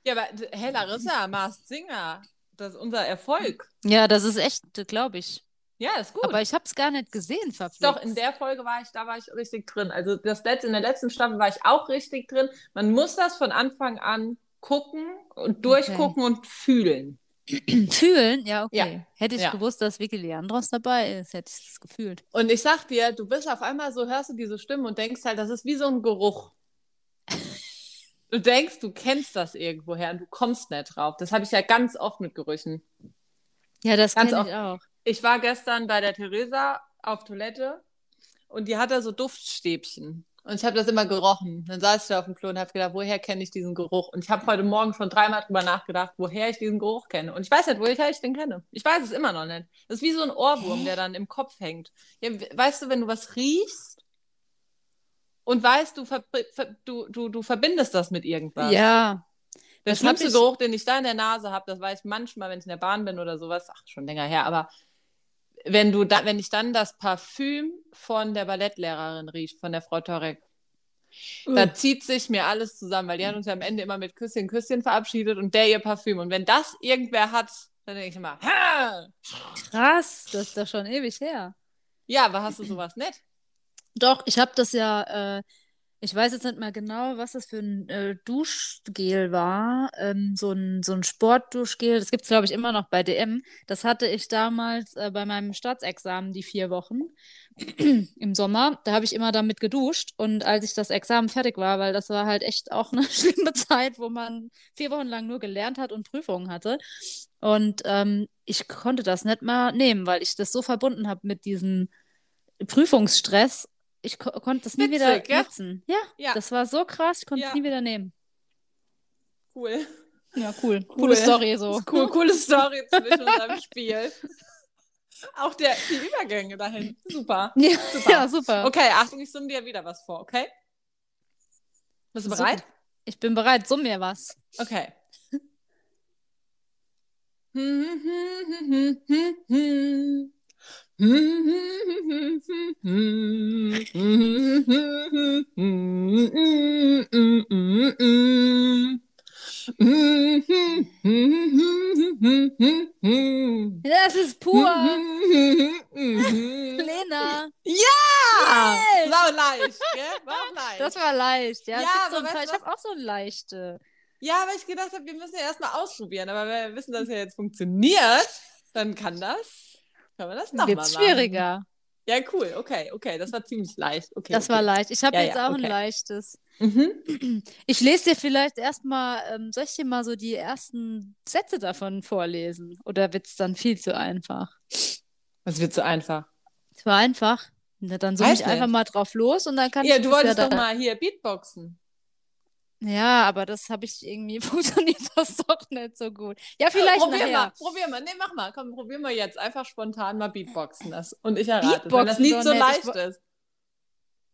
Speaker 1: ja, aber d- hey, Larissa, Mars Singer, das ist unser Erfolg.
Speaker 2: Ja, das ist echt, glaube ich.
Speaker 1: Ja, ist gut.
Speaker 2: Aber ich habe es gar nicht gesehen, verflixt.
Speaker 1: Doch, in der Folge war ich, da war ich richtig drin. Also das letzte, in der letzten Staffel war ich auch richtig drin. Man muss das von Anfang an gucken und durchgucken und fühlen.
Speaker 2: Fühlen? Ja, okay. Hätte ich
Speaker 1: Ja.
Speaker 2: gewusst, dass Vicky Leandros dabei ist, hätte ich es gefühlt.
Speaker 1: Und ich sag dir, du bist auf einmal so, hörst du diese Stimme und denkst halt, das ist wie so ein Geruch. Du denkst, du kennst das irgendwoher und du kommst nicht drauf. Das habe ich ja ganz oft mit Gerüchen.
Speaker 2: Ja, das
Speaker 1: Ganz
Speaker 2: kenne ich auch.
Speaker 1: Ich war gestern bei der Theresa auf Toilette und die hat da so Duftstäbchen. Und ich habe das immer gerochen. Dann saß ich da auf dem Klo und habe gedacht, woher kenne ich diesen Geruch? Und ich habe heute Morgen schon dreimal drüber nachgedacht, woher ich diesen Geruch kenne. Und ich weiß nicht, woher ich den kenne. Ich weiß es immer noch nicht. Das ist wie so ein Ohrwurm,
Speaker 2: Hä?
Speaker 1: der dann im Kopf hängt. Ja, we- weißt du, wenn du was riechst und weißt, du, verbri- ver du, du, du verbindest das mit irgendwas.
Speaker 2: Ja.
Speaker 1: Der
Speaker 2: Das hab
Speaker 1: schlimmste
Speaker 2: ich-
Speaker 1: Geruch, den ich da in der Nase habe, das weiß ich manchmal, wenn ich in der Bahn bin oder sowas, ach, schon länger her, aber wenn du da, wenn ich dann das Parfüm von der Ballettlehrerin rieche, von der Frau Torek, da zieht sich mir alles zusammen, weil die hat uns ja am Ende immer mit Küsschen, Küsschen verabschiedet und der ihr Parfüm. Und wenn das irgendwer hat, dann denke ich immer, "Hä?"
Speaker 2: Krass, das ist doch schon ewig her.
Speaker 1: ja, aber hast du sowas nicht?
Speaker 2: Doch, ich habe das ja, äh, ich weiß jetzt nicht mehr genau, was das für ein äh, Duschgel war. Ähm, so ein, so ein Sportduschgel, das gibt es, glaube ich, immer noch bei DM. Das hatte ich damals äh, bei meinem Staatsexamen, die vier Wochen im Sommer. Da habe ich immer damit geduscht. Und als ich das Examen fertig war, weil das war halt echt auch eine schlimme Zeit, wo man vier Wochen lang nur gelernt hat und Prüfungen hatte. Und ähm, ich konnte das nicht mal nehmen, weil ich das so verbunden habe mit diesem Prüfungsstress. Ich ko konnte das nie
Speaker 1: Witzig,
Speaker 2: wieder
Speaker 1: ja?
Speaker 2: nutzen. Ja,
Speaker 1: Ja,
Speaker 2: das war so krass, ich konnte es
Speaker 1: Ja.
Speaker 2: nie wieder nehmen.
Speaker 1: cool.
Speaker 2: Ja, cool. Coole Story so.
Speaker 1: Cool, coole Story zwischen unserem Spiel. Auch der, die Übergänge dahin. Super.
Speaker 2: Ja,
Speaker 1: Super.
Speaker 2: ja, super.
Speaker 1: Okay, Achtung, ich summe dir wieder was vor, okay? Bist du
Speaker 2: Super.
Speaker 1: bereit?
Speaker 2: Ich bin bereit, summ mir was.
Speaker 1: Okay.
Speaker 2: Das ist pur. Lena.
Speaker 1: Ah,
Speaker 2: Yes!
Speaker 1: War leicht, gell? War leicht.
Speaker 2: Das war leicht. Ja,
Speaker 1: Ja,
Speaker 2: es gibt so
Speaker 1: aber
Speaker 2: ein paar,
Speaker 1: weißt
Speaker 2: ich
Speaker 1: du
Speaker 2: habe auch so ein leichte.
Speaker 1: Ja, weil ich gedacht habe, wir müssen ja erstmal ausprobieren. Aber wenn wir wissen, dass ja jetzt funktioniert, dann kann das. Kann man das
Speaker 2: Dann
Speaker 1: nochmal
Speaker 2: wird's
Speaker 1: machen.
Speaker 2: schwieriger.
Speaker 1: Ja, cool. Okay, okay. Das war ziemlich leicht. Okay,
Speaker 2: Das
Speaker 1: okay.
Speaker 2: war leicht. Ich habe
Speaker 1: Ja,
Speaker 2: jetzt
Speaker 1: ja,
Speaker 2: auch ein
Speaker 1: okay.
Speaker 2: leichtes.
Speaker 1: Mhm.
Speaker 2: Ich lese dir vielleicht erstmal, ähm, soll ich dir mal so die ersten Sätze davon vorlesen? Oder wird's dann viel zu einfach?
Speaker 1: Das wird so einfach.
Speaker 2: Zu einfach? Na, dann suche
Speaker 1: Weiß
Speaker 2: ich einfach
Speaker 1: nicht.
Speaker 2: mal drauf los und dann kann
Speaker 1: Ja,
Speaker 2: ich
Speaker 1: du
Speaker 2: das
Speaker 1: wolltest
Speaker 2: ja
Speaker 1: doch
Speaker 2: da-
Speaker 1: mal hier Beatboxen.
Speaker 2: Ja, aber das habe ich irgendwie funktioniert das doch nicht so gut. Ja, vielleicht
Speaker 1: probier
Speaker 2: nachher.
Speaker 1: mal, probier mal. Nee, mach mal. Komm, probier mal jetzt. Einfach spontan mal Beatboxen. Das. Und ich errate es, wenn das
Speaker 2: Beatboxen
Speaker 1: Lied
Speaker 2: doch
Speaker 1: so
Speaker 2: nicht. Ich
Speaker 1: leicht
Speaker 2: wo-
Speaker 1: ist.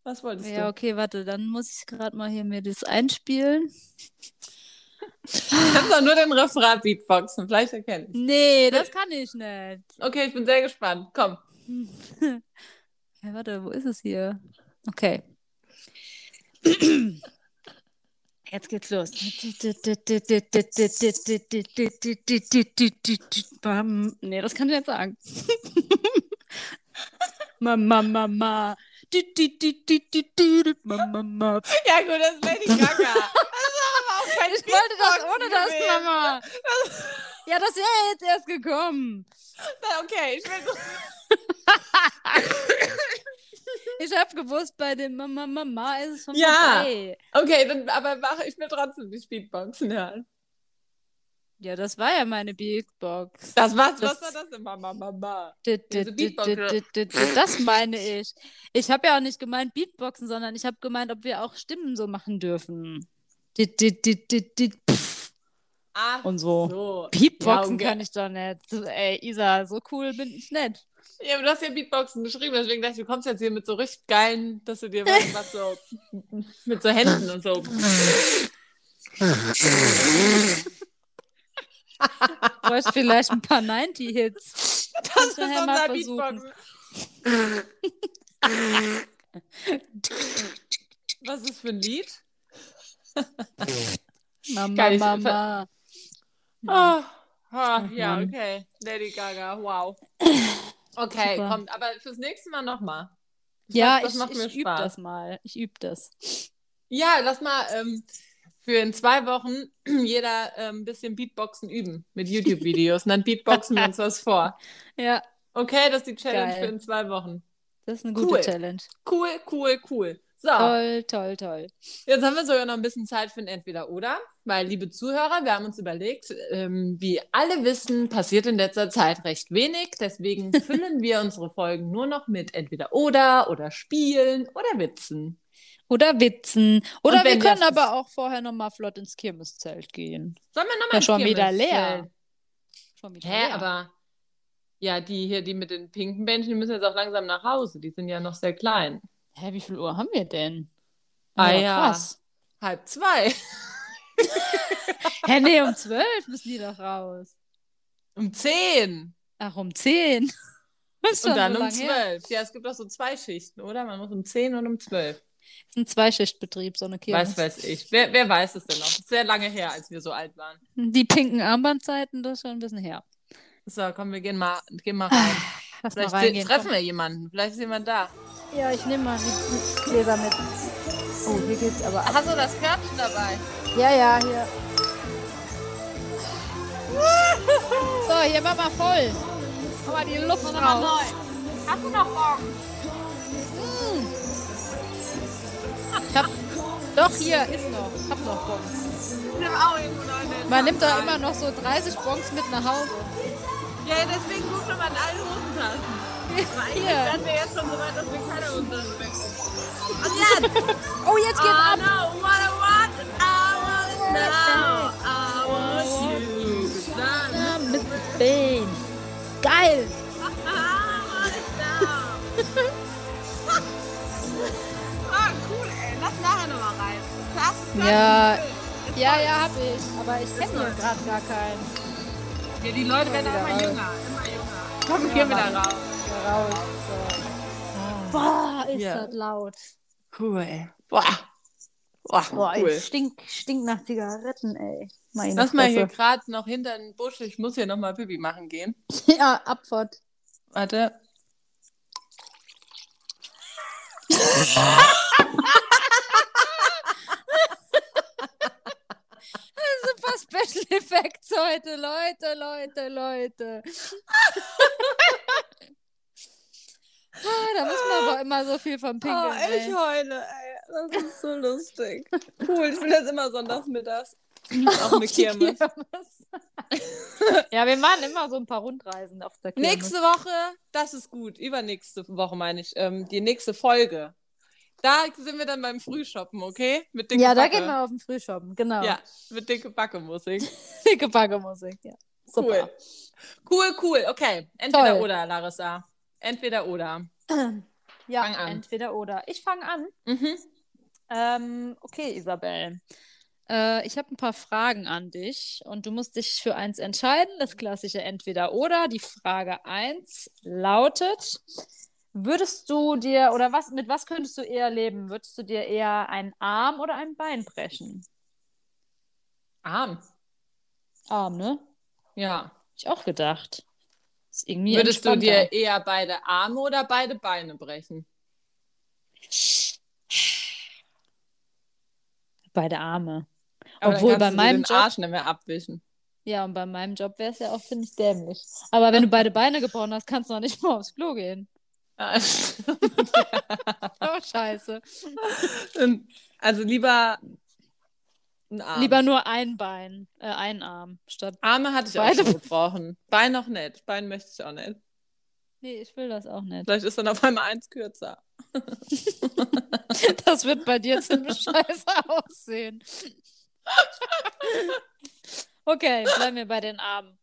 Speaker 1: Was wolltest
Speaker 2: Ja,
Speaker 1: du?
Speaker 2: okay, warte, dann muss ich gerade mal hier mir das einspielen.
Speaker 1: Du kannst doch nur den Refrain Beatboxen. Vielleicht erkenne ich.
Speaker 2: Nee, das kann ich nicht.
Speaker 1: Okay, ich bin sehr gespannt. Komm.
Speaker 2: Ja, warte, wo ist es hier? Okay. Jetzt geht's los. Bam. Nee, das kann ich nicht sagen. Mama, Mama. Mama.
Speaker 1: Ja, gut, das ist Lady Gaga.
Speaker 2: Ich wollte das
Speaker 1: Beatboxen
Speaker 2: ohne das,
Speaker 1: gewesen.
Speaker 2: Mama. Ja, das wäre jetzt erst gekommen.
Speaker 1: Okay, ich will.
Speaker 2: Ich habe gewusst, bei dem Mama, Mama ist es schon
Speaker 1: Ja.
Speaker 2: vorbei.
Speaker 1: Okay, dann, aber mach, ich will trotzdem die Speedboxen hören.
Speaker 2: Ja, das war ja meine Beatbox.
Speaker 1: Das war's.
Speaker 2: Das-
Speaker 1: Was war das denn? Mama, Mama.
Speaker 2: D- d-
Speaker 1: Diese
Speaker 2: d-
Speaker 1: Beatbox,
Speaker 2: d-
Speaker 1: ja.
Speaker 2: d- d- d- Das meine ich. Ich habe ja auch nicht gemeint Beatboxen, sondern ich habe gemeint, ob wir auch Stimmen so machen dürfen. D- d- d- d- d- pff.
Speaker 1: Ach
Speaker 2: Und so.
Speaker 1: so.
Speaker 2: Beatboxen
Speaker 1: okay.
Speaker 2: kann ich doch nicht. So, Ey, Isa, so cool bin ich nicht.
Speaker 1: Ja, aber du hast ja Beatboxen geschrieben, deswegen dachte ich, du kommst jetzt hier mit so richtig geilen, dass du dir was, was so mit so Händen und so.
Speaker 2: Du bräuchst vielleicht ein paar 90-Hits.
Speaker 1: Das ist
Speaker 2: nachher mal
Speaker 1: unser
Speaker 2: versuchen.
Speaker 1: Beatboxen. Was ist für ein Lied?
Speaker 2: Mama,
Speaker 1: Geil, ich-
Speaker 2: Mama.
Speaker 1: Ah, ah, ja,
Speaker 2: Mann.
Speaker 1: okay. Lady Gaga, wow. Okay,
Speaker 2: Super.
Speaker 1: kommt, aber fürs nächste Mal nochmal.
Speaker 2: Ja,
Speaker 1: das macht
Speaker 2: ich,
Speaker 1: mir
Speaker 2: ich übe
Speaker 1: Spaß.
Speaker 2: das mal. Ich übe das.
Speaker 1: Ja, lass mal ähm, für in zwei Wochen jeder ähm, ein bisschen Beatboxen üben mit YouTube-Videos und dann Beatboxen wir uns was vor.
Speaker 2: Ja,
Speaker 1: Okay, das ist die Challenge
Speaker 2: Geil.
Speaker 1: für in zwei Wochen.
Speaker 2: das ist eine gute
Speaker 1: Cool.
Speaker 2: Challenge.
Speaker 1: Cool, cool, cool. So,
Speaker 2: Toll, toll, toll.
Speaker 1: jetzt haben wir sogar noch ein bisschen Zeit für ein Entweder-Oder, weil, liebe Zuhörer, wir haben uns überlegt, ähm, wie alle wissen, passiert in letzter Zeit recht wenig. Deswegen füllen wir unsere Folgen nur noch mit Entweder-Oder oder Spielen oder Witzen.
Speaker 2: Oder Witzen. Oder
Speaker 1: Und
Speaker 2: wir
Speaker 1: wenn
Speaker 2: können
Speaker 1: das-
Speaker 2: aber auch vorher nochmal flott ins Kirmeszelt gehen.
Speaker 1: Sollen wir nochmal
Speaker 2: Ja, schon wieder leer. Schon wieder
Speaker 1: Hä,
Speaker 2: leer.
Speaker 1: aber ja, die hier, die mit den pinken Bändchen, die müssen jetzt auch langsam nach Hause. Die sind ja noch sehr klein.
Speaker 2: Hä, wie viel Uhr haben wir denn?
Speaker 1: Ah
Speaker 2: Aber
Speaker 1: ja.
Speaker 2: krass.
Speaker 1: Halb zwei.
Speaker 2: Hä, nee, um zwölf müssen die doch raus.
Speaker 1: Um zehn.
Speaker 2: Ach, um zehn. Das ist
Speaker 1: Und
Speaker 2: schon
Speaker 1: dann
Speaker 2: so
Speaker 1: um
Speaker 2: lang her.
Speaker 1: zwölf. Ja, es gibt auch so zwei Schichten, oder? Man muss um zehn und um zwölf.
Speaker 2: Das ist ein Zweischichtbetrieb, so eine Kirmes.
Speaker 1: Weiß, weiß ich. Wer, wer weiß es denn noch? Ist Sehr lange her, als wir so alt waren.
Speaker 2: Die pinken Armbandzeiten, das ist schon ein bisschen her.
Speaker 1: So, komm, wir gehen mal, gehen mal rein.
Speaker 2: Lass mal
Speaker 1: Vielleicht
Speaker 2: reingehen.
Speaker 1: treffen wir jemanden. Vielleicht ist jemand da.
Speaker 2: komm. Ja, ich nehme mal die Gläser mit. Oh, hier geht's aber ab.
Speaker 1: Hast du das Körbchen dabei?
Speaker 2: Ja, ja, hier. So, hier war mal voll. Guck mal, die Luft raus. Hm.
Speaker 1: Hast du noch Bock?
Speaker 2: Ich hab, doch, hier ist noch. Ich hab noch Bons.
Speaker 1: Ich nehme auch irgendwo noch eine
Speaker 2: Man nimmt
Speaker 1: Tasche
Speaker 2: da
Speaker 1: rein.
Speaker 2: immer noch so 30 Bons mit nach Hause.
Speaker 1: Ja, deswegen ruft man an alle Hosentaschen. Weil eigentlich
Speaker 2: Hier.
Speaker 1: wären wir jetzt schon so weit, dass wir keine Hosentaschen wechseln.
Speaker 2: Oh, jetzt geht's
Speaker 1: I
Speaker 2: ab.
Speaker 1: know what I want, and I want it now. I want you. I
Speaker 2: Na, Mit Bane. Geil.
Speaker 1: want it now. Ah, cool, ey. Lass nachher nochmal rein. Das ist
Speaker 2: Ja.
Speaker 1: ganz cool.
Speaker 2: Ja, ja, hab ich. Aber ich kenne hier gerade gar keinen.
Speaker 1: Ja, die Leute werden auch immer jünger. Immer jünger. Komm, gehen wir da raus.
Speaker 3: Raus. So.
Speaker 2: Boah, ist
Speaker 1: Ja.
Speaker 2: das laut.
Speaker 1: Cool. Boah. Boah,
Speaker 2: Boah,
Speaker 1: cool.
Speaker 2: ich stink, stink nach Zigaretten, ey. Meine
Speaker 1: Lass mal hier
Speaker 2: Fresse.
Speaker 1: gerade noch hinter den Busch. Ich muss hier nochmal Pipi machen gehen.
Speaker 2: Ja, Abfahrt.
Speaker 1: Warte.
Speaker 2: Super Special Effects heute, Leute, Leute, Leute. ah, da muss man aber immer so viel vom Pinkeln.
Speaker 1: Oh,
Speaker 2: ey.
Speaker 1: Ah, heule, ey. Das ist so lustig. Cool, ich bin jetzt immer sonntagsmittags. Auf eine
Speaker 2: Auf die
Speaker 1: Kirmes.
Speaker 2: Kirmes. ja, wir machen immer so ein paar Rundreisen auf der Kirmes.
Speaker 1: Nächste Woche, das ist gut. Übernächste Woche meine ich. Ähm, die nächste Folge. Da sind wir dann beim Frühshoppen, okay? Mit dicke
Speaker 2: ja, da
Speaker 1: Backe.
Speaker 2: geht man auf den Frühschoppen, genau.
Speaker 1: Ja, mit dicke Backe Musik.
Speaker 2: Dicke Backe-Musik, ja. Super.
Speaker 1: Cool. Cool, cool. Okay. Entweder
Speaker 2: Toll.
Speaker 1: oder, Larissa. Entweder oder.
Speaker 2: Ja,
Speaker 1: Fang an.
Speaker 2: entweder oder. Ich fange an.
Speaker 1: Mhm.
Speaker 2: Ähm, okay, Isabel. Äh, ich habe ein paar Fragen an dich und du musst dich für eins entscheiden. Das klassische entweder oder. Die Frage 1 lautet: Würdest du dir oder was mit was könntest du eher leben? Würdest du dir eher einen Arm oder ein Bein brechen?
Speaker 1: Arm.
Speaker 2: Arm, ne? Hab
Speaker 1: Ja.
Speaker 2: ich auch gedacht. Ist irgendwie
Speaker 1: Würdest du
Speaker 2: entspannter.
Speaker 1: dir eher beide Arme oder beide Beine brechen?
Speaker 2: beide Arme?
Speaker 1: Aber
Speaker 2: Obwohl,
Speaker 1: dann kannst
Speaker 2: bei
Speaker 1: du
Speaker 2: meinem
Speaker 1: dir den
Speaker 2: Job-
Speaker 1: Arsch nicht mehr abwischen.
Speaker 2: Ja, und bei meinem Job wäre es ja auch ziemlich dämlich. Aber wenn du beide Beine gebrochen hast, kannst du noch nicht mal aufs Klo gehen.
Speaker 1: also
Speaker 2: Oh, scheiße.
Speaker 1: Ähm, also lieber ein Arm.
Speaker 2: Lieber nur ein Bein, äh, ein Arm statt.
Speaker 1: Arme hatte ich
Speaker 2: Beide-
Speaker 1: auch schon gebrochen. Bein noch nicht. Bein möchte ich auch nicht.
Speaker 2: Nee, ich will das auch nicht.
Speaker 1: Vielleicht ist dann auf einmal eins kürzer.
Speaker 2: Das wird bei dir ziemlich scheiße aussehen. Okay, bleiben wir bei den Armen.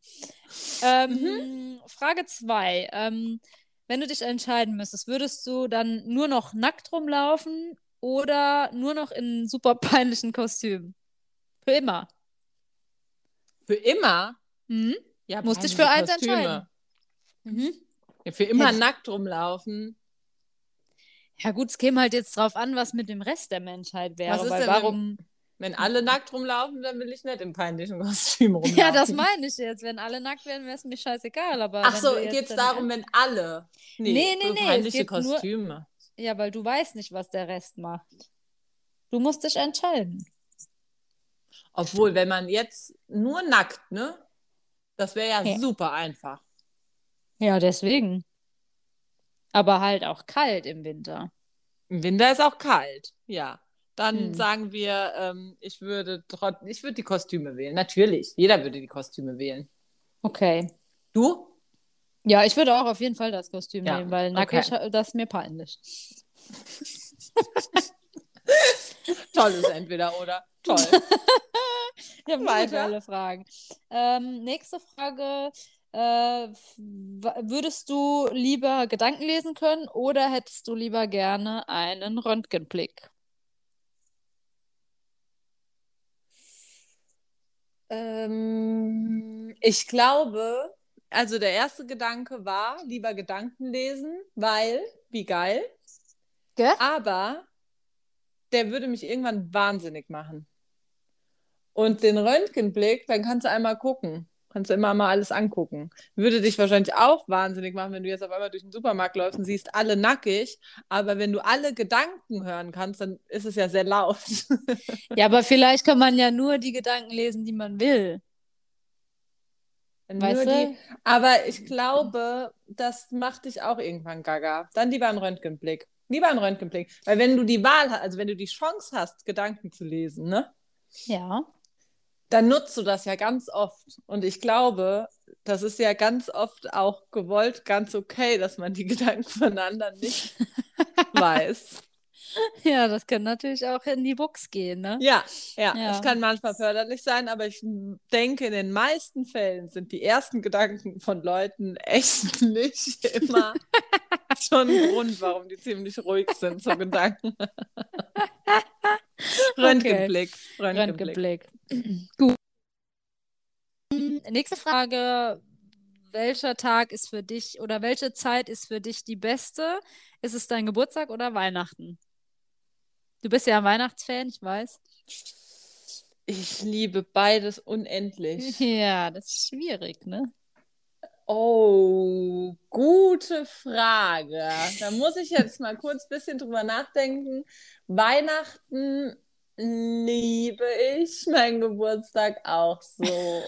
Speaker 2: Ähm,
Speaker 1: Mhm.
Speaker 2: Frage 2. Ähm, wenn du dich entscheiden müsstest, würdest du dann nur noch nackt rumlaufen oder nur noch in super peinlichen Kostümen? Für immer.
Speaker 1: Für immer?
Speaker 2: Hm?
Speaker 1: Ja,
Speaker 2: Musst dich
Speaker 1: peinliche
Speaker 2: für eins
Speaker 1: Kostüme.
Speaker 2: entscheiden. Mhm.
Speaker 1: Ja, für immer
Speaker 2: Hätte-
Speaker 1: nackt rumlaufen.
Speaker 2: Ja gut, es käme halt jetzt drauf an, was mit dem Rest der Menschheit wäre.
Speaker 1: Was ist
Speaker 2: weil
Speaker 1: denn, wenn-
Speaker 2: warum?
Speaker 1: Wenn alle nackt rumlaufen, dann will ich nicht im peinlichen Kostüm rumlaufen.
Speaker 2: Ja, das meine ich jetzt. Wenn alle nackt wären, wäre es mir scheißegal. Aber
Speaker 1: Ach
Speaker 2: wenn
Speaker 1: so,
Speaker 2: du jetzt
Speaker 1: geht's
Speaker 2: dann-
Speaker 1: darum, wenn alle.
Speaker 2: Nee, nee,
Speaker 1: so
Speaker 2: nee, es
Speaker 1: Peinliche
Speaker 2: geht nur-
Speaker 1: Kostüme.
Speaker 2: Ja, weil du weißt nicht, was der Rest macht. Du musst dich entscheiden.
Speaker 1: Obwohl, wenn man jetzt nur nackt, ne? Das wäre ja,
Speaker 2: Ja.
Speaker 1: super einfach.
Speaker 2: Ja, deswegen. Aber halt auch kalt im Winter.
Speaker 1: Im Winter ist auch kalt, ja. Dann
Speaker 2: Hm.
Speaker 1: sagen wir, ähm, ich würde trot ich würde die Kostüme wählen. Natürlich, jeder würde die Kostüme wählen.
Speaker 2: Okay.
Speaker 1: Du?
Speaker 2: Ja, ich würde auch auf jeden Fall das Kostüm
Speaker 1: Ja,
Speaker 2: nehmen, weil
Speaker 1: okay.
Speaker 2: nackig, das ist mir peinlich.
Speaker 1: Tolles entweder oder. Toll.
Speaker 2: Ja,
Speaker 1: Weiter.
Speaker 2: alle Fragen. Ähm, nächste Frage. Äh, f- w- würdest du lieber Gedanken lesen können oder hättest du lieber gerne einen Röntgenblick?
Speaker 1: ähm, ich glaube, also der erste Gedanke war, lieber Gedanken lesen, weil, wie geil.
Speaker 2: Gell?
Speaker 1: Aber der würde mich irgendwann wahnsinnig machen. Und den Röntgenblick, dann kannst du einmal gucken. Kannst du immer mal alles angucken. Würde dich wahrscheinlich auch wahnsinnig machen, wenn du jetzt auf einmal durch den Supermarkt läufst und siehst alle nackig. Aber wenn du alle Gedanken hören kannst, dann ist es ja sehr laut.
Speaker 2: Ja, aber vielleicht kann man ja nur die Gedanken lesen, die man will.
Speaker 1: Wenn
Speaker 2: Weißt
Speaker 1: nur
Speaker 2: du?
Speaker 1: die- aber ich glaube, das macht dich auch irgendwann gaga. Dann lieber einen Röntgenblick. Lieber einen Röntgenblick. Weil wenn du die Wahl hast, also wenn du die Chance hast, Gedanken zu lesen, ne?
Speaker 2: Ja.
Speaker 1: dann nutzt du das ja ganz oft. Und ich glaube, das ist ja ganz oft auch gewollt ganz okay, dass man die Gedanken von anderen nicht weiß.
Speaker 2: Ja, das kann natürlich auch in die Box gehen, ne?
Speaker 1: Ja, ja,
Speaker 2: Ja.
Speaker 1: es kann manchmal förderlich sein, aber ich denke, in den meisten Fällen sind die ersten Gedanken von Leuten echt nicht immer schon ein Grund, warum die ziemlich ruhig sind, so Gedanken. Röntgenblick, Röntgenblick.
Speaker 2: Röntgenblick.
Speaker 1: Mhm.
Speaker 2: Ähm, nächste Frage. Welcher Tag ist für dich oder welche Zeit ist für dich die beste? Ist es dein Geburtstag oder Weihnachten? Du bist ja ein Weihnachtsfan, ich weiß.
Speaker 1: Ich liebe beides unendlich.
Speaker 2: Ja, das ist schwierig, ne?
Speaker 1: Oh, gute Frage. Da muss ich jetzt mal kurz ein bisschen drüber nachdenken. Weihnachten liebe ich, mein Geburtstag auch so.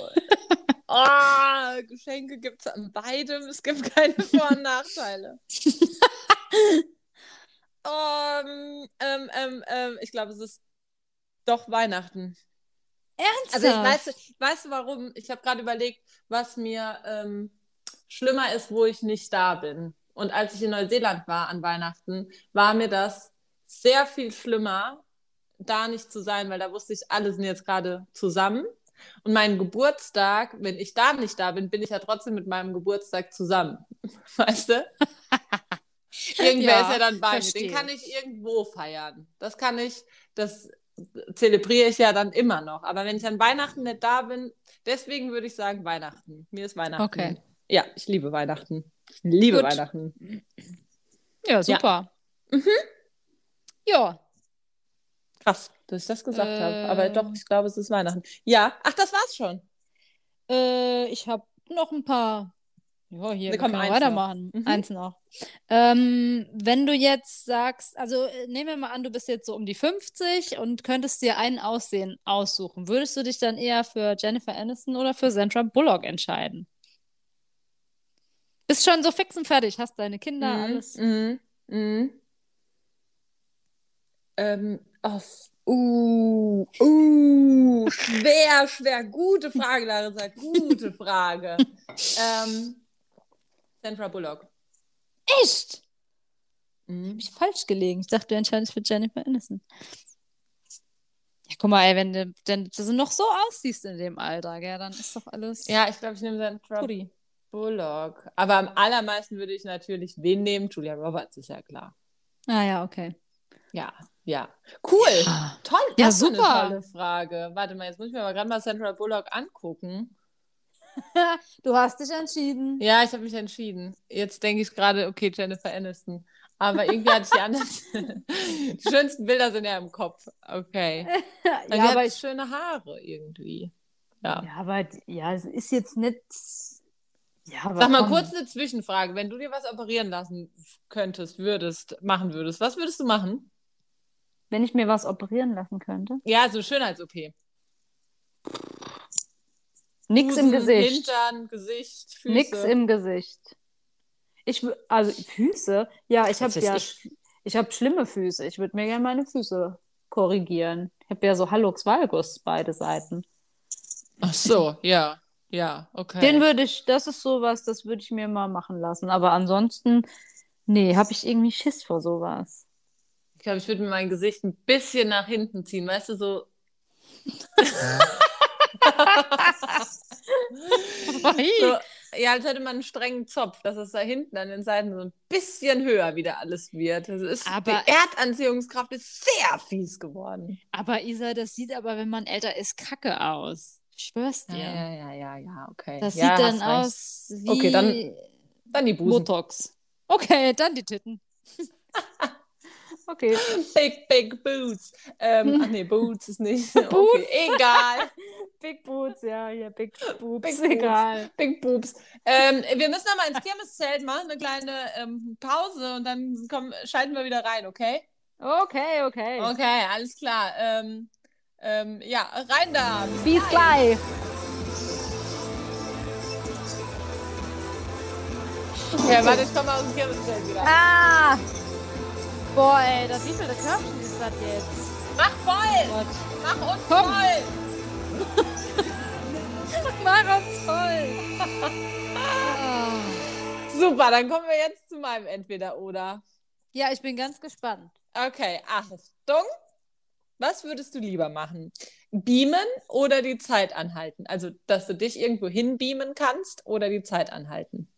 Speaker 1: oh, Geschenke gibt es an beidem. Es gibt keine Vor- und Nachteile. Ähm, ähm, ähm, ähm, ich glaube, es ist doch Weihnachten.
Speaker 2: Ernsthaft?
Speaker 1: Also ich weiß, ich weiß warum. Ich habe gerade überlegt, was mir ähm, schlimmer ist, wo ich nicht da bin. Und als ich in Neuseeland war an Weihnachten, war mir das sehr viel schlimmer, da nicht zu sein, weil da wusste ich, alle sind jetzt gerade zusammen. Und meinen Geburtstag, wenn ich da nicht da bin, bin ich ja trotzdem mit meinem Geburtstag zusammen. Weißt du? Irgendwer
Speaker 2: Ja,
Speaker 1: ist ja dann bei mir.
Speaker 2: verstehe
Speaker 1: Den kann ich irgendwo feiern. Das kann ich, das zelebriere ich ja dann immer noch. Aber wenn ich an Weihnachten nicht da bin, deswegen würde ich sagen Weihnachten. Mir ist Weihnachten.
Speaker 2: Okay.
Speaker 1: Ja, ich liebe Weihnachten. Ich liebe
Speaker 2: Gut.
Speaker 1: Weihnachten.
Speaker 2: ja, super.
Speaker 1: Mhm.
Speaker 2: Ja,
Speaker 1: Krass, dass ich das gesagt habe. Aber
Speaker 2: Ähm.
Speaker 1: doch, ich glaube, es ist Weihnachten. Ja, ach, das war's schon.
Speaker 2: Äh, ich habe noch ein paar. Ja, hier,
Speaker 1: Na
Speaker 2: wir
Speaker 1: komm,
Speaker 2: können
Speaker 1: eins noch.
Speaker 2: weitermachen.
Speaker 1: Mhm.
Speaker 2: Eins noch. Ähm, wenn du jetzt sagst, also äh, nehmen wir mal an, du bist jetzt so um die 50 und könntest dir einen Aussehen aussuchen. Würdest du dich dann eher für Jennifer Aniston oder für Sandra Bullock entscheiden? Bist schon so fix und fertig, hast deine Kinder,
Speaker 1: Mhm,
Speaker 2: alles.
Speaker 1: mhm, mhm. Ähm, auf. Uh, uh, schwer, schwer. Gute Frage, Larissa. Gute Frage. ähm, Sandra Bullock.
Speaker 2: Echt?
Speaker 1: Mhm.
Speaker 2: Hab ich falsch gelegen. Ich dachte, du entscheidest für Jennifer Aniston. Ja, guck mal, ey, wenn du denn dass du noch so aussiehst in dem Alter, gell, dann ist doch alles.
Speaker 1: Ja, ich glaube, ich nehme Sandra
Speaker 2: Puri.
Speaker 1: Bullock. Aber am allermeisten würde ich natürlich wen nehmen? Julia Roberts, ist ja klar.
Speaker 2: Ah ja, okay.
Speaker 1: Ja, ja. Cool. Toll,
Speaker 2: Ja,
Speaker 1: das ist eine
Speaker 2: super.
Speaker 1: tolle Frage. Warte mal, jetzt muss ich mir aber gerade mal Sandra Bullock angucken.
Speaker 2: Du hast dich entschieden.
Speaker 1: Ja, ich habe mich entschieden. Jetzt denke ich gerade, okay, Jennifer Aniston. Aber irgendwie hatte ich die anders. die schönsten Bilder sind ja im Kopf. Okay.
Speaker 2: Ja,
Speaker 1: Weil die hat
Speaker 2: aber ich,
Speaker 1: schöne Haare irgendwie. Ja.
Speaker 2: ja, aber ja, es ist jetzt nicht. Ja, aber
Speaker 1: Sag mal
Speaker 2: komm.
Speaker 1: kurz eine Zwischenfrage. Wenn du dir was operieren lassen könntest, würdest, machen würdest, was würdest du machen?
Speaker 2: Wenn ich mir was operieren lassen könnte.
Speaker 1: Ja, so Schönheits-OP.
Speaker 2: Nix im
Speaker 1: Busen,
Speaker 2: Gesicht.
Speaker 1: Hintern, Gesicht, Füße.
Speaker 2: Nix im Gesicht. Ich wü- also Füße. Ja, ich
Speaker 1: Was
Speaker 2: habe
Speaker 1: weiß
Speaker 2: ja
Speaker 1: ich.
Speaker 2: sch- ich habe schlimme Füße. Ich würde mir gerne meine Füße korrigieren. Ich habe ja so Hallux Valgus beide Seiten.
Speaker 1: Ach so, ja. Ja, okay.
Speaker 2: Den würde ich, das ist sowas, das würde ich mir mal machen lassen. Aber ansonsten, nee, habe ich irgendwie Schiss vor sowas.
Speaker 1: Ich glaube, ich würde mir mein Gesicht ein bisschen nach hinten ziehen, weißt du, so. so ja, als hätte man einen strengen Zopf, dass es da hinten an den Seiten so ein bisschen höher wieder alles wird. Das ist,
Speaker 2: Aber-
Speaker 1: die Erdanziehungskraft ist sehr fies geworden.
Speaker 2: Aber Isa, das sieht aber, wenn man älter ist, kacke aus. Ich schwör's dir.
Speaker 1: ja, ja, ja, okay.
Speaker 2: Das
Speaker 1: Äh, Ja,
Speaker 2: sieht dann
Speaker 1: hast recht.
Speaker 2: aus wie
Speaker 1: Okay, dann- Dann die Busen.
Speaker 2: Botox. Okay, dann die Titten. okay.
Speaker 1: Big, big Boots. Ähm, ach nee, Boots ist nicht.
Speaker 2: Boots.
Speaker 1: Okay, egal.
Speaker 2: Big Boots, ja, ja, Big Boobs,
Speaker 1: Big Boobs.
Speaker 2: egal.
Speaker 1: Big Boobs. Ähm, wir müssen nochmal ins Kirmeszelt machen, eine kleine ähm, Pause und dann kommen, schalten wir wieder rein, okay?
Speaker 2: Okay, okay.
Speaker 1: Okay, alles klar. Ähm, ähm, ja, rein da.
Speaker 2: Bis gleich.
Speaker 1: Ja, warte, ich komme aus dem Kirmeszelt wieder.
Speaker 2: Ah! Boah, ey, das wie viele Körbchen ist das jetzt?
Speaker 1: Mach voll!
Speaker 2: Gott.
Speaker 1: Mach uns
Speaker 2: Komm.
Speaker 1: voll!
Speaker 2: Mach uns voll. Ah.
Speaker 1: Super, dann kommen wir jetzt zu meinem Entweder-Oder.
Speaker 2: Ja, ich bin ganz gespannt.
Speaker 1: Okay, Achtung. Was würdest du lieber machen? Beamen oder die Zeit anhalten? Also, dass du dich irgendwo hinbeamen kannst oder die Zeit anhalten?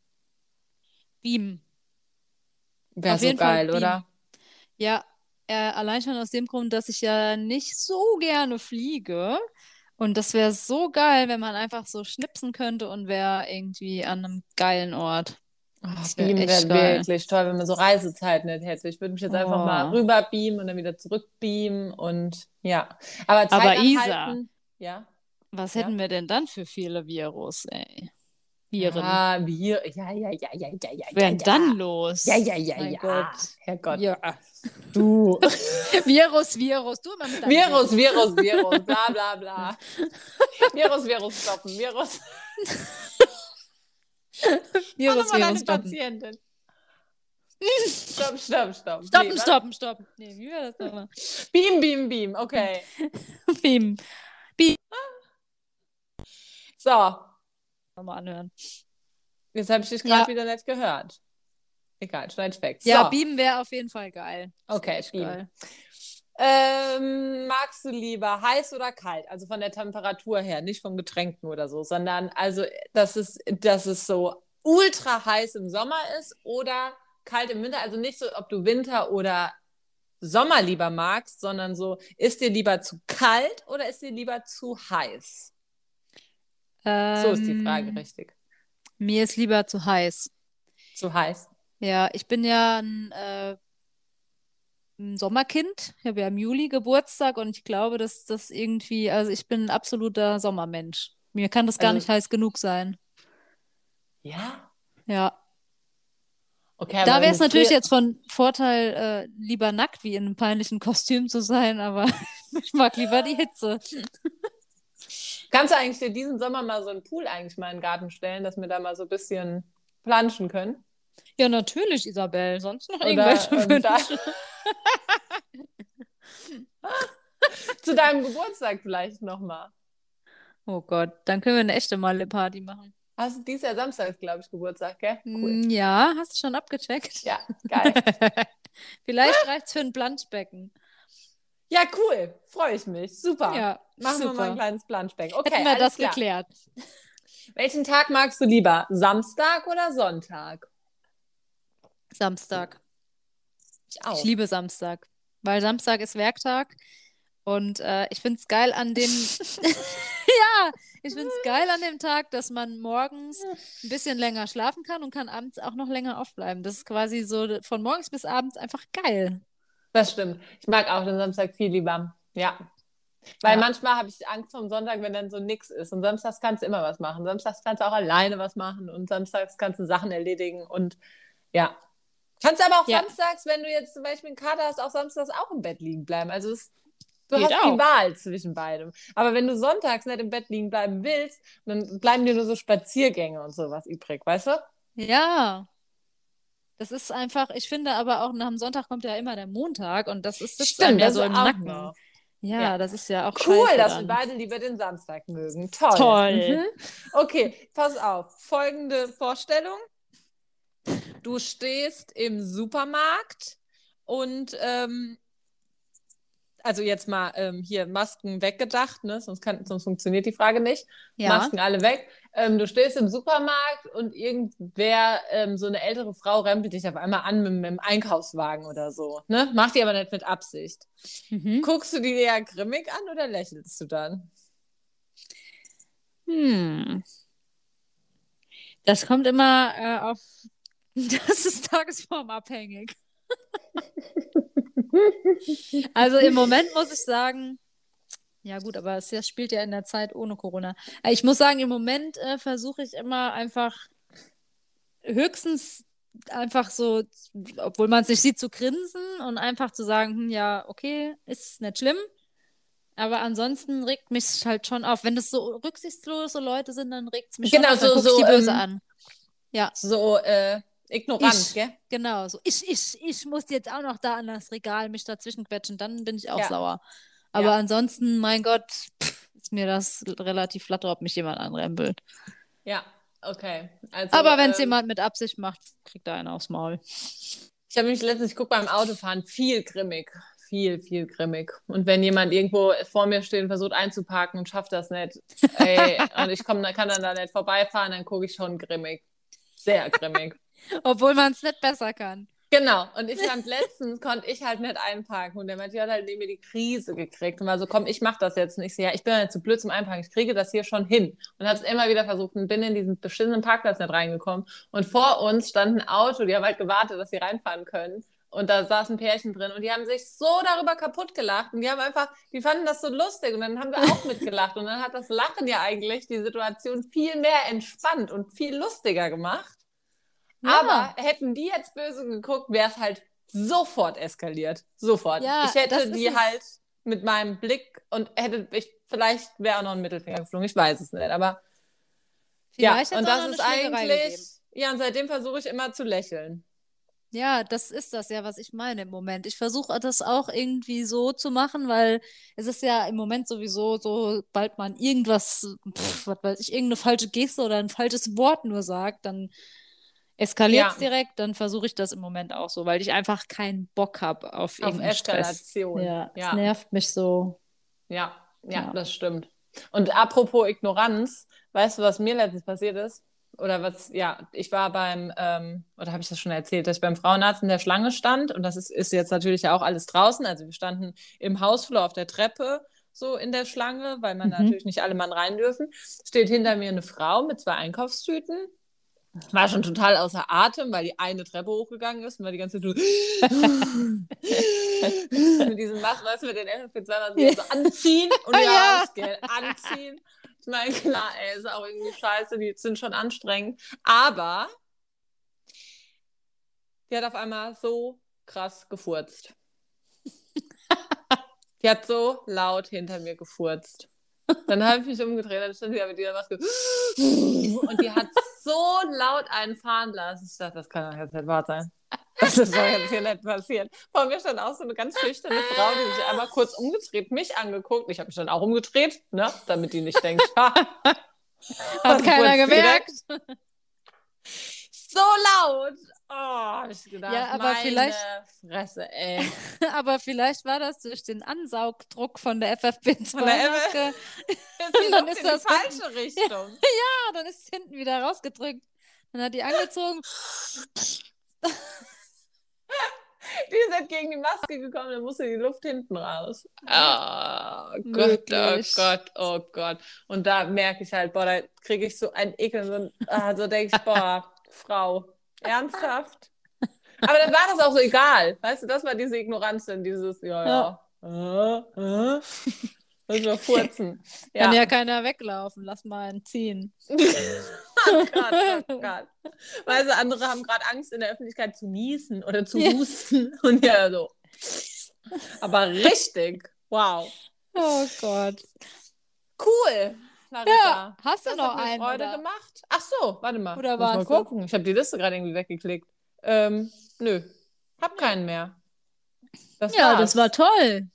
Speaker 2: Beam.
Speaker 1: Wäre
Speaker 2: Auf
Speaker 1: so
Speaker 2: jeden
Speaker 1: geil,
Speaker 2: Fall beamen.
Speaker 1: oder?
Speaker 2: Ja, äh, allein schon aus dem Grund, dass ich ja nicht so gerne fliege. Und das wäre so geil, wenn man einfach so schnipsen könnte und wäre irgendwie an einem geilen Ort. Oh,
Speaker 1: Das Beamen wäre wirklich toll, wenn man so Reisezeiten nicht hätte. Ich würde mich jetzt einfach
Speaker 2: Oh.
Speaker 1: mal rüber beamen und dann wieder zurück beamen und ja. Aber Zeit
Speaker 2: Aber Isa.
Speaker 1: anhalten, ja.
Speaker 2: Was
Speaker 1: Ja.
Speaker 2: hätten wir denn dann für viele Virus, ey? Viren.
Speaker 1: Ah, wir, ja, ja, ja, ja, ja, ja.
Speaker 2: Wer denn
Speaker 1: ja,
Speaker 2: dann los?
Speaker 1: Ja, ja, ja,
Speaker 2: Mein
Speaker 1: ja.
Speaker 2: Gott.
Speaker 1: Herrgott,
Speaker 2: Ja.
Speaker 1: du.
Speaker 2: Virus, Virus. Du immer mit deinem
Speaker 1: Virus, Virus, Virus, bla, bla, bla. Virus, Virus stoppen, Virus.
Speaker 2: Virus,
Speaker 1: Mach noch mal
Speaker 2: Virus. Stoppen,
Speaker 1: Patientin. Stopp, stopp, stopp.
Speaker 2: stoppen,
Speaker 1: Nee,
Speaker 2: stoppen. stoppen. Nee, wie war das nochmal?
Speaker 1: was? Beam, beam, beam. Okay.
Speaker 2: Beam.
Speaker 1: So,
Speaker 2: Nochmal anhören.
Speaker 1: jetzt habe ich dich
Speaker 2: Ja.
Speaker 1: gerade wieder nicht gehört. Egal, schneid weg. So,
Speaker 2: Ja, Beam wäre auf jeden Fall geil.
Speaker 1: Okay, beam.
Speaker 2: geil.
Speaker 1: Ähm, magst du lieber heiß oder kalt? Also von der Temperatur her, nicht vom Getränken oder so, sondern also, dass es, dass es so ultra heiß im Sommer ist oder kalt im Winter. Also nicht so, ob du Winter oder Sommer lieber magst, sondern so, ist dir lieber zu kalt oder ist dir lieber zu heiß? So ist die
Speaker 2: Ähm,
Speaker 1: Frage richtig.
Speaker 2: Mir ist lieber zu heiß.
Speaker 1: Zu heiß.
Speaker 2: Ja, ich bin ja ein, äh, ein Sommerkind. Ich habe ja im Juli Geburtstag und ich glaube, dass das irgendwie, also ich bin ein absoluter Sommermensch. Mir kann das gar
Speaker 1: Also-
Speaker 2: nicht heiß genug sein.
Speaker 1: Ja.
Speaker 2: Ja.
Speaker 1: Okay, aber
Speaker 2: Da
Speaker 1: wenn
Speaker 2: wäre es
Speaker 1: du
Speaker 2: natürlich
Speaker 1: frier-
Speaker 2: jetzt von Vorteil, äh, lieber nackt wie in einem peinlichen Kostüm zu sein, aber ich mag lieber die Hitze.
Speaker 1: Kannst du eigentlich dir diesen Sommer mal so einen Pool eigentlich mal in den Garten stellen, dass wir da mal so ein bisschen planschen können?
Speaker 2: Ja, natürlich, Isabel. Sonst noch
Speaker 1: Oder,
Speaker 2: irgendwelche
Speaker 1: ähm, da,
Speaker 2: Wünsche?
Speaker 1: zu deinem Geburtstag vielleicht nochmal.
Speaker 2: Oh Gott, dann können wir eine echte Malle-Party machen.
Speaker 1: Hast du dieses Jahr Samstags, glaube ich, Geburtstag, gell? Cool.
Speaker 2: Mm, Ja, hast du schon abgecheckt?
Speaker 1: Ja, geil.
Speaker 2: Vielleicht reicht's für ein Planschbecken.
Speaker 1: Ja, cool. Freue ich mich. Super.
Speaker 2: Ja,
Speaker 1: Machen wir
Speaker 2: super.
Speaker 1: mal ein kleines Planschbecken. Okay,
Speaker 2: Hätten wir
Speaker 1: alles
Speaker 2: das
Speaker 1: klar.
Speaker 2: geklärt.
Speaker 1: Welchen Tag magst du lieber? Samstag oder Sonntag?
Speaker 2: Samstag.
Speaker 1: Ich auch.
Speaker 2: Ich liebe Samstag, weil Samstag ist Werktag und äh, ich find's geil an dem ja, ich find's geil an dem Tag, dass man morgens ein bisschen länger schlafen kann und kann abends auch noch länger aufbleiben. Das ist quasi so von morgens bis abends einfach geil.
Speaker 1: Das stimmt. Ich mag auch den Samstag viel lieber. Ja. Weil
Speaker 2: Ja.
Speaker 1: manchmal habe ich Angst vom Sonntag, wenn dann so nix ist. Und samstags kannst du immer was machen. Samstags kannst du auch alleine was machen und samstags kannst du Sachen erledigen und ja. Kannst aber auch
Speaker 2: Ja.
Speaker 1: samstags, wenn du jetzt zum Beispiel einen Kater hast, auch samstags auch im Bett liegen bleiben. Also es, du
Speaker 2: Geht
Speaker 1: hast
Speaker 2: auch.
Speaker 1: die Wahl zwischen beidem. Aber wenn du sonntags nicht im Bett liegen bleiben willst, dann bleiben dir nur so Spaziergänge und sowas übrig, weißt du?
Speaker 2: Ja. Das ist einfach, ich finde aber auch nach dem Sonntag kommt ja immer der Montag und das ist sitzt einem ja so
Speaker 1: ist
Speaker 2: im
Speaker 1: auch
Speaker 2: Nacken.
Speaker 1: noch.
Speaker 2: Ja,
Speaker 1: Ja.
Speaker 2: das ist ja auch
Speaker 1: Cool,
Speaker 2: scheiße
Speaker 1: dass
Speaker 2: dann.
Speaker 1: wir beide lieber den Samstag mögen. Toll.
Speaker 2: Toll.
Speaker 1: Mhm. Okay, pass auf. Folgende Vorstellung. Du stehst im Supermarkt und ähm, also jetzt mal ähm, hier Masken weggedacht, ne? sonst, kann, sonst funktioniert die Frage nicht.
Speaker 2: Ja.
Speaker 1: Masken alle weg. Ähm, du stehst im Supermarkt und irgendwer, ähm, so eine ältere Frau, rempelt dich auf einmal an mit, mit dem Einkaufswagen oder so. Ne? Macht die aber nicht mit Absicht.
Speaker 2: Mhm.
Speaker 1: Guckst du die eher grimmig an oder lächelst du dann?
Speaker 2: Hm. Das kommt immer äh, auf. Das ist tagesformabhängig. also im Moment muss ich sagen, ja gut, aber es das spielt ja in der Zeit ohne Corona. Äh, Ich muss sagen, im Moment äh, versuche ich immer einfach höchstens einfach so, obwohl man es nicht sieht, zu grinsen und einfach zu sagen, hm, ja, okay, ist nicht schlimm. Aber ansonsten regt mich halt schon auf. Wenn das so rücksichtslose Leute sind, dann regt es mich
Speaker 1: Genau,
Speaker 2: schon auf. Dann
Speaker 1: so-
Speaker 2: guck
Speaker 1: so,
Speaker 2: ich die böse
Speaker 1: ähm,
Speaker 2: an.
Speaker 1: So äh, ignorant,
Speaker 2: Ich.
Speaker 1: gell?
Speaker 2: Genau, so ich, ich, ich muss jetzt auch noch da an das Regal mich dazwischen quetschen, dann bin ich auch
Speaker 1: Ja.
Speaker 2: sauer. Aber
Speaker 1: Ja.
Speaker 2: ansonsten, mein Gott, pff, ist mir das relativ flatter, ob mich jemand anrempelt.
Speaker 1: Ja, okay. Also,
Speaker 2: Aber wenn es
Speaker 1: ähm,
Speaker 2: jemand mit Absicht macht, kriegt er einen aufs Maul.
Speaker 1: Ich habe mich letztens, ich gucke beim Autofahren, viel grimmig. Viel, viel grimmig. Und wenn jemand irgendwo vor mir steht und versucht einzuparken und schafft das nicht, ey, und ich komm, kann dann da nicht vorbeifahren, dann gucke ich schon grimmig. Sehr grimmig.
Speaker 2: Obwohl man es nicht besser kann.
Speaker 1: Genau. Und ich fand letztens, konnte ich halt nicht einparken. Und der meinte, hat halt neben mir die Krise gekriegt. Und war so, komm, ich mach das jetzt. Und ich so, ja, ich bin halt zu blöd zum Einparken. Ich kriege das hier schon hin. Und hab's immer wieder versucht und bin in diesen beschissenen Parkplatz nicht reingekommen. Und vor uns stand ein Auto, die haben halt gewartet, dass sie reinfahren können. Und da saß ein Pärchen drin und die haben sich so darüber kaputt gelacht. Und die haben einfach, die fanden das so lustig und dann haben wir auch mitgelacht. Und dann hat das Lachen ja eigentlich die Situation viel mehr entspannt und viel lustiger gemacht.
Speaker 2: Ja.
Speaker 1: Aber hätten die jetzt böse geguckt, wäre es halt sofort eskaliert. Sofort.
Speaker 2: Ja,
Speaker 1: ich
Speaker 2: das
Speaker 1: hätte
Speaker 2: ist
Speaker 1: die
Speaker 2: es.
Speaker 1: halt mit meinem Blick und hätte ich, vielleicht wäre auch noch ein Mittelfinger geflogen, ich weiß es nicht. Aber
Speaker 2: Vielleicht
Speaker 1: ja,
Speaker 2: hat's
Speaker 1: und
Speaker 2: auch noch
Speaker 1: das
Speaker 2: eine
Speaker 1: ist
Speaker 2: Schlägerei gegeben.
Speaker 1: eigentlich, ja, und seitdem versuche ich immer zu lächeln.
Speaker 2: Ja, das ist das ja, was ich meine im Moment. Ich versuche das auch irgendwie so zu machen, weil es ist ja im Moment sowieso, sobald man irgendwas, pf, was weiß ich, irgendeine falsche Geste oder ein falsches Wort nur sagt, dann eskaliert es
Speaker 1: Ja.
Speaker 2: direkt. Dann versuche ich das im Moment auch so, weil ich einfach keinen Bock habe
Speaker 1: Auf
Speaker 2: auf irgendeinen Stress.
Speaker 1: Eskalation.
Speaker 2: Ja, es
Speaker 1: ja.
Speaker 2: nervt mich so.
Speaker 1: Ja, ja,
Speaker 2: Ja.
Speaker 1: das stimmt. Und apropos Ignoranz, weißt du, was mir letztens passiert ist? Oder was, ja, ich war beim, ähm, oder habe ich das schon erzählt, dass ich beim Frauenarzt in der Schlange stand und das ist, ist jetzt natürlich auch alles draußen. Also wir standen im Hausflur auf der Treppe so in der Schlange, weil man da
Speaker 2: Mhm.
Speaker 1: natürlich nicht alle Mann rein dürfen. Steht hinter mir eine Frau mit zwei Einkaufstüten. War schon total außer Atem, weil die eine Treppe hochgegangen ist und war die ganze Zeit so mit diesem Mask, weißt du, mit den FFP2
Speaker 2: Ja.
Speaker 1: so anziehen und ja,
Speaker 2: Ja.
Speaker 1: das Geld anziehen. Ich meine, klar, ey, ist auch irgendwie scheiße, die sind schon anstrengend. Aber die hat auf einmal so krass gefurzt. Die hat so laut hinter mir gefurzt. Dann habe ich mich umgedreht, dann stand sie da mit dieser Maske. Und die hat so laut einen fahren lassen. Ich dachte, das kann doch jetzt nicht wahr sein. Das ist doch jetzt hier nicht passiert. Vor mir stand auch so eine ganz schüchterne Frau, die sich einmal kurz umgedreht, mich angeguckt. Ich habe mich dann auch umgedreht, ne? damit die nicht denkt, ha,
Speaker 2: Hat keiner
Speaker 1: kurz
Speaker 2: gemerkt.
Speaker 1: so laut. Oh, hab ich gedacht,
Speaker 2: Ja, aber
Speaker 1: meine
Speaker 2: vielleicht-
Speaker 1: Fresse, ey.
Speaker 2: Aber vielleicht war das durch den Ansaugdruck von der FFP2-Maske.
Speaker 1: Jetzt geht
Speaker 2: Dann
Speaker 1: doch
Speaker 2: ist
Speaker 1: in
Speaker 2: das-
Speaker 1: die falsche Richtung.
Speaker 2: Ah, dann ist es hinten wieder rausgedrückt. Dann hat die angezogen.
Speaker 1: Die ist halt gegen die Maske gekommen, dann musste die Luft hinten raus. Oh Gott, oh
Speaker 2: Wirklich.
Speaker 1: Gott, oh Gott. Und da merke ich halt, boah, da kriege ich so einen Ekel. So, ein- ah, so denke ich, boah, Frau, ernsthaft? Aber dann war das auch so egal. Weißt du, das war diese Ignoranz, denn dieses, ja, ja. Äh, äh. Müssen wir furzen.
Speaker 2: Kann ja keiner weglaufen. Lass mal einen ziehen.
Speaker 1: Gott, oh Gott. Weißt du, andere haben gerade Angst, in der Öffentlichkeit zu niesen oder zu
Speaker 2: Ja.
Speaker 1: husten. Und ja, so. Aber richtig. Wow.
Speaker 2: Oh Gott.
Speaker 1: Cool,
Speaker 2: Ja,
Speaker 1: Larissa.
Speaker 2: hast du
Speaker 1: Das
Speaker 2: noch
Speaker 1: hat mir
Speaker 2: einen?
Speaker 1: Freude
Speaker 2: oder?
Speaker 1: gemacht. Ach so, warte mal.
Speaker 2: Oder
Speaker 1: Muss mal
Speaker 2: war's
Speaker 1: gucken. Ich habe die Liste gerade irgendwie weggeklickt. Ähm, nö, hab keinen mehr. Das
Speaker 2: Ja,
Speaker 1: war's.
Speaker 2: das war toll.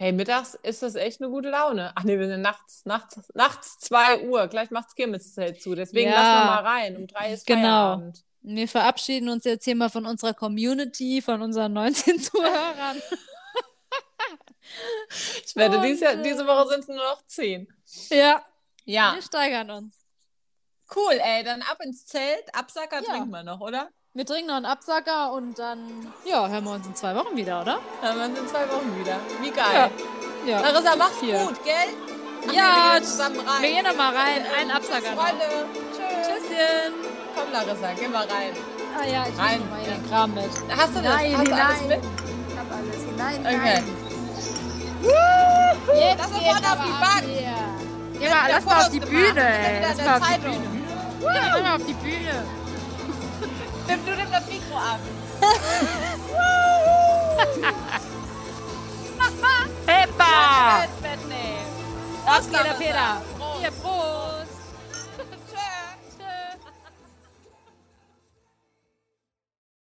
Speaker 1: Hey, mittags ist das echt eine gute Laune. Ach nee, wir sind nachts, naits nachts 2 Uhr. Gleich macht's Kirmeszelt zu. Deswegen
Speaker 2: Ja.
Speaker 1: lassen wir mal rein. Um drei ist
Speaker 2: Genau.
Speaker 1: Feierabend.
Speaker 2: Wir verabschieden uns jetzt hier mal von unserer Community, von unseren 19 Zuhörern.
Speaker 1: Ich wette,
Speaker 2: Und,
Speaker 1: dies Jahr,
Speaker 2: äh,
Speaker 1: diese Woche sind es nur noch zehn.
Speaker 2: Ja,
Speaker 1: Ja.
Speaker 2: wir steigern uns.
Speaker 1: Cool, ey. Dann ab ins Zelt. Absacker
Speaker 2: Ja.
Speaker 1: trinken wir noch, oder?
Speaker 2: Wir trinken noch einen Absacker und dann, ja, hören wir uns in zwei Wochen wieder, oder?
Speaker 1: Dann hören wir uns in zwei Wochen wieder. Wie geil.
Speaker 2: Ja.
Speaker 1: Larissa, mach's
Speaker 2: Hier.
Speaker 1: gut, gell? Ach,
Speaker 2: Ja,
Speaker 1: nee, wir gehen zusammen rein. Ähm,
Speaker 2: Wir gehen noch mal rein. Einen Absacker noch.
Speaker 1: Freunde. Tschüss.
Speaker 2: Tschüsschen.
Speaker 1: Komm, Larissa, geh mal rein.
Speaker 2: Ah ja, ich
Speaker 1: Rein.
Speaker 2: nehme mal hier den Kram mit.
Speaker 1: Hast du das? Hast du alles mit?
Speaker 2: Ich hab alles. Nein,
Speaker 1: Okay.
Speaker 2: Jetzt
Speaker 1: Lass uns
Speaker 2: geht's
Speaker 1: mal auf die
Speaker 2: aber
Speaker 1: Bank.
Speaker 2: ab hier. Ja,
Speaker 1: wieder
Speaker 2: lass mal auf
Speaker 1: Fotos
Speaker 2: die
Speaker 1: gemacht.
Speaker 2: Bühne.
Speaker 1: Sind wir wieder
Speaker 2: Lass
Speaker 1: in
Speaker 2: mal
Speaker 1: der
Speaker 2: auf die
Speaker 1: Zeitung?
Speaker 2: Bühne. Ja, lass mal auf die Bühne.
Speaker 1: Nimm du nimm das Mikro ab.
Speaker 2: Heppa!
Speaker 1: Ins Bett nehmen.
Speaker 2: Das geht, der
Speaker 1: Larissa.
Speaker 2: Peter.
Speaker 1: Prost.
Speaker 2: Hier, Prost!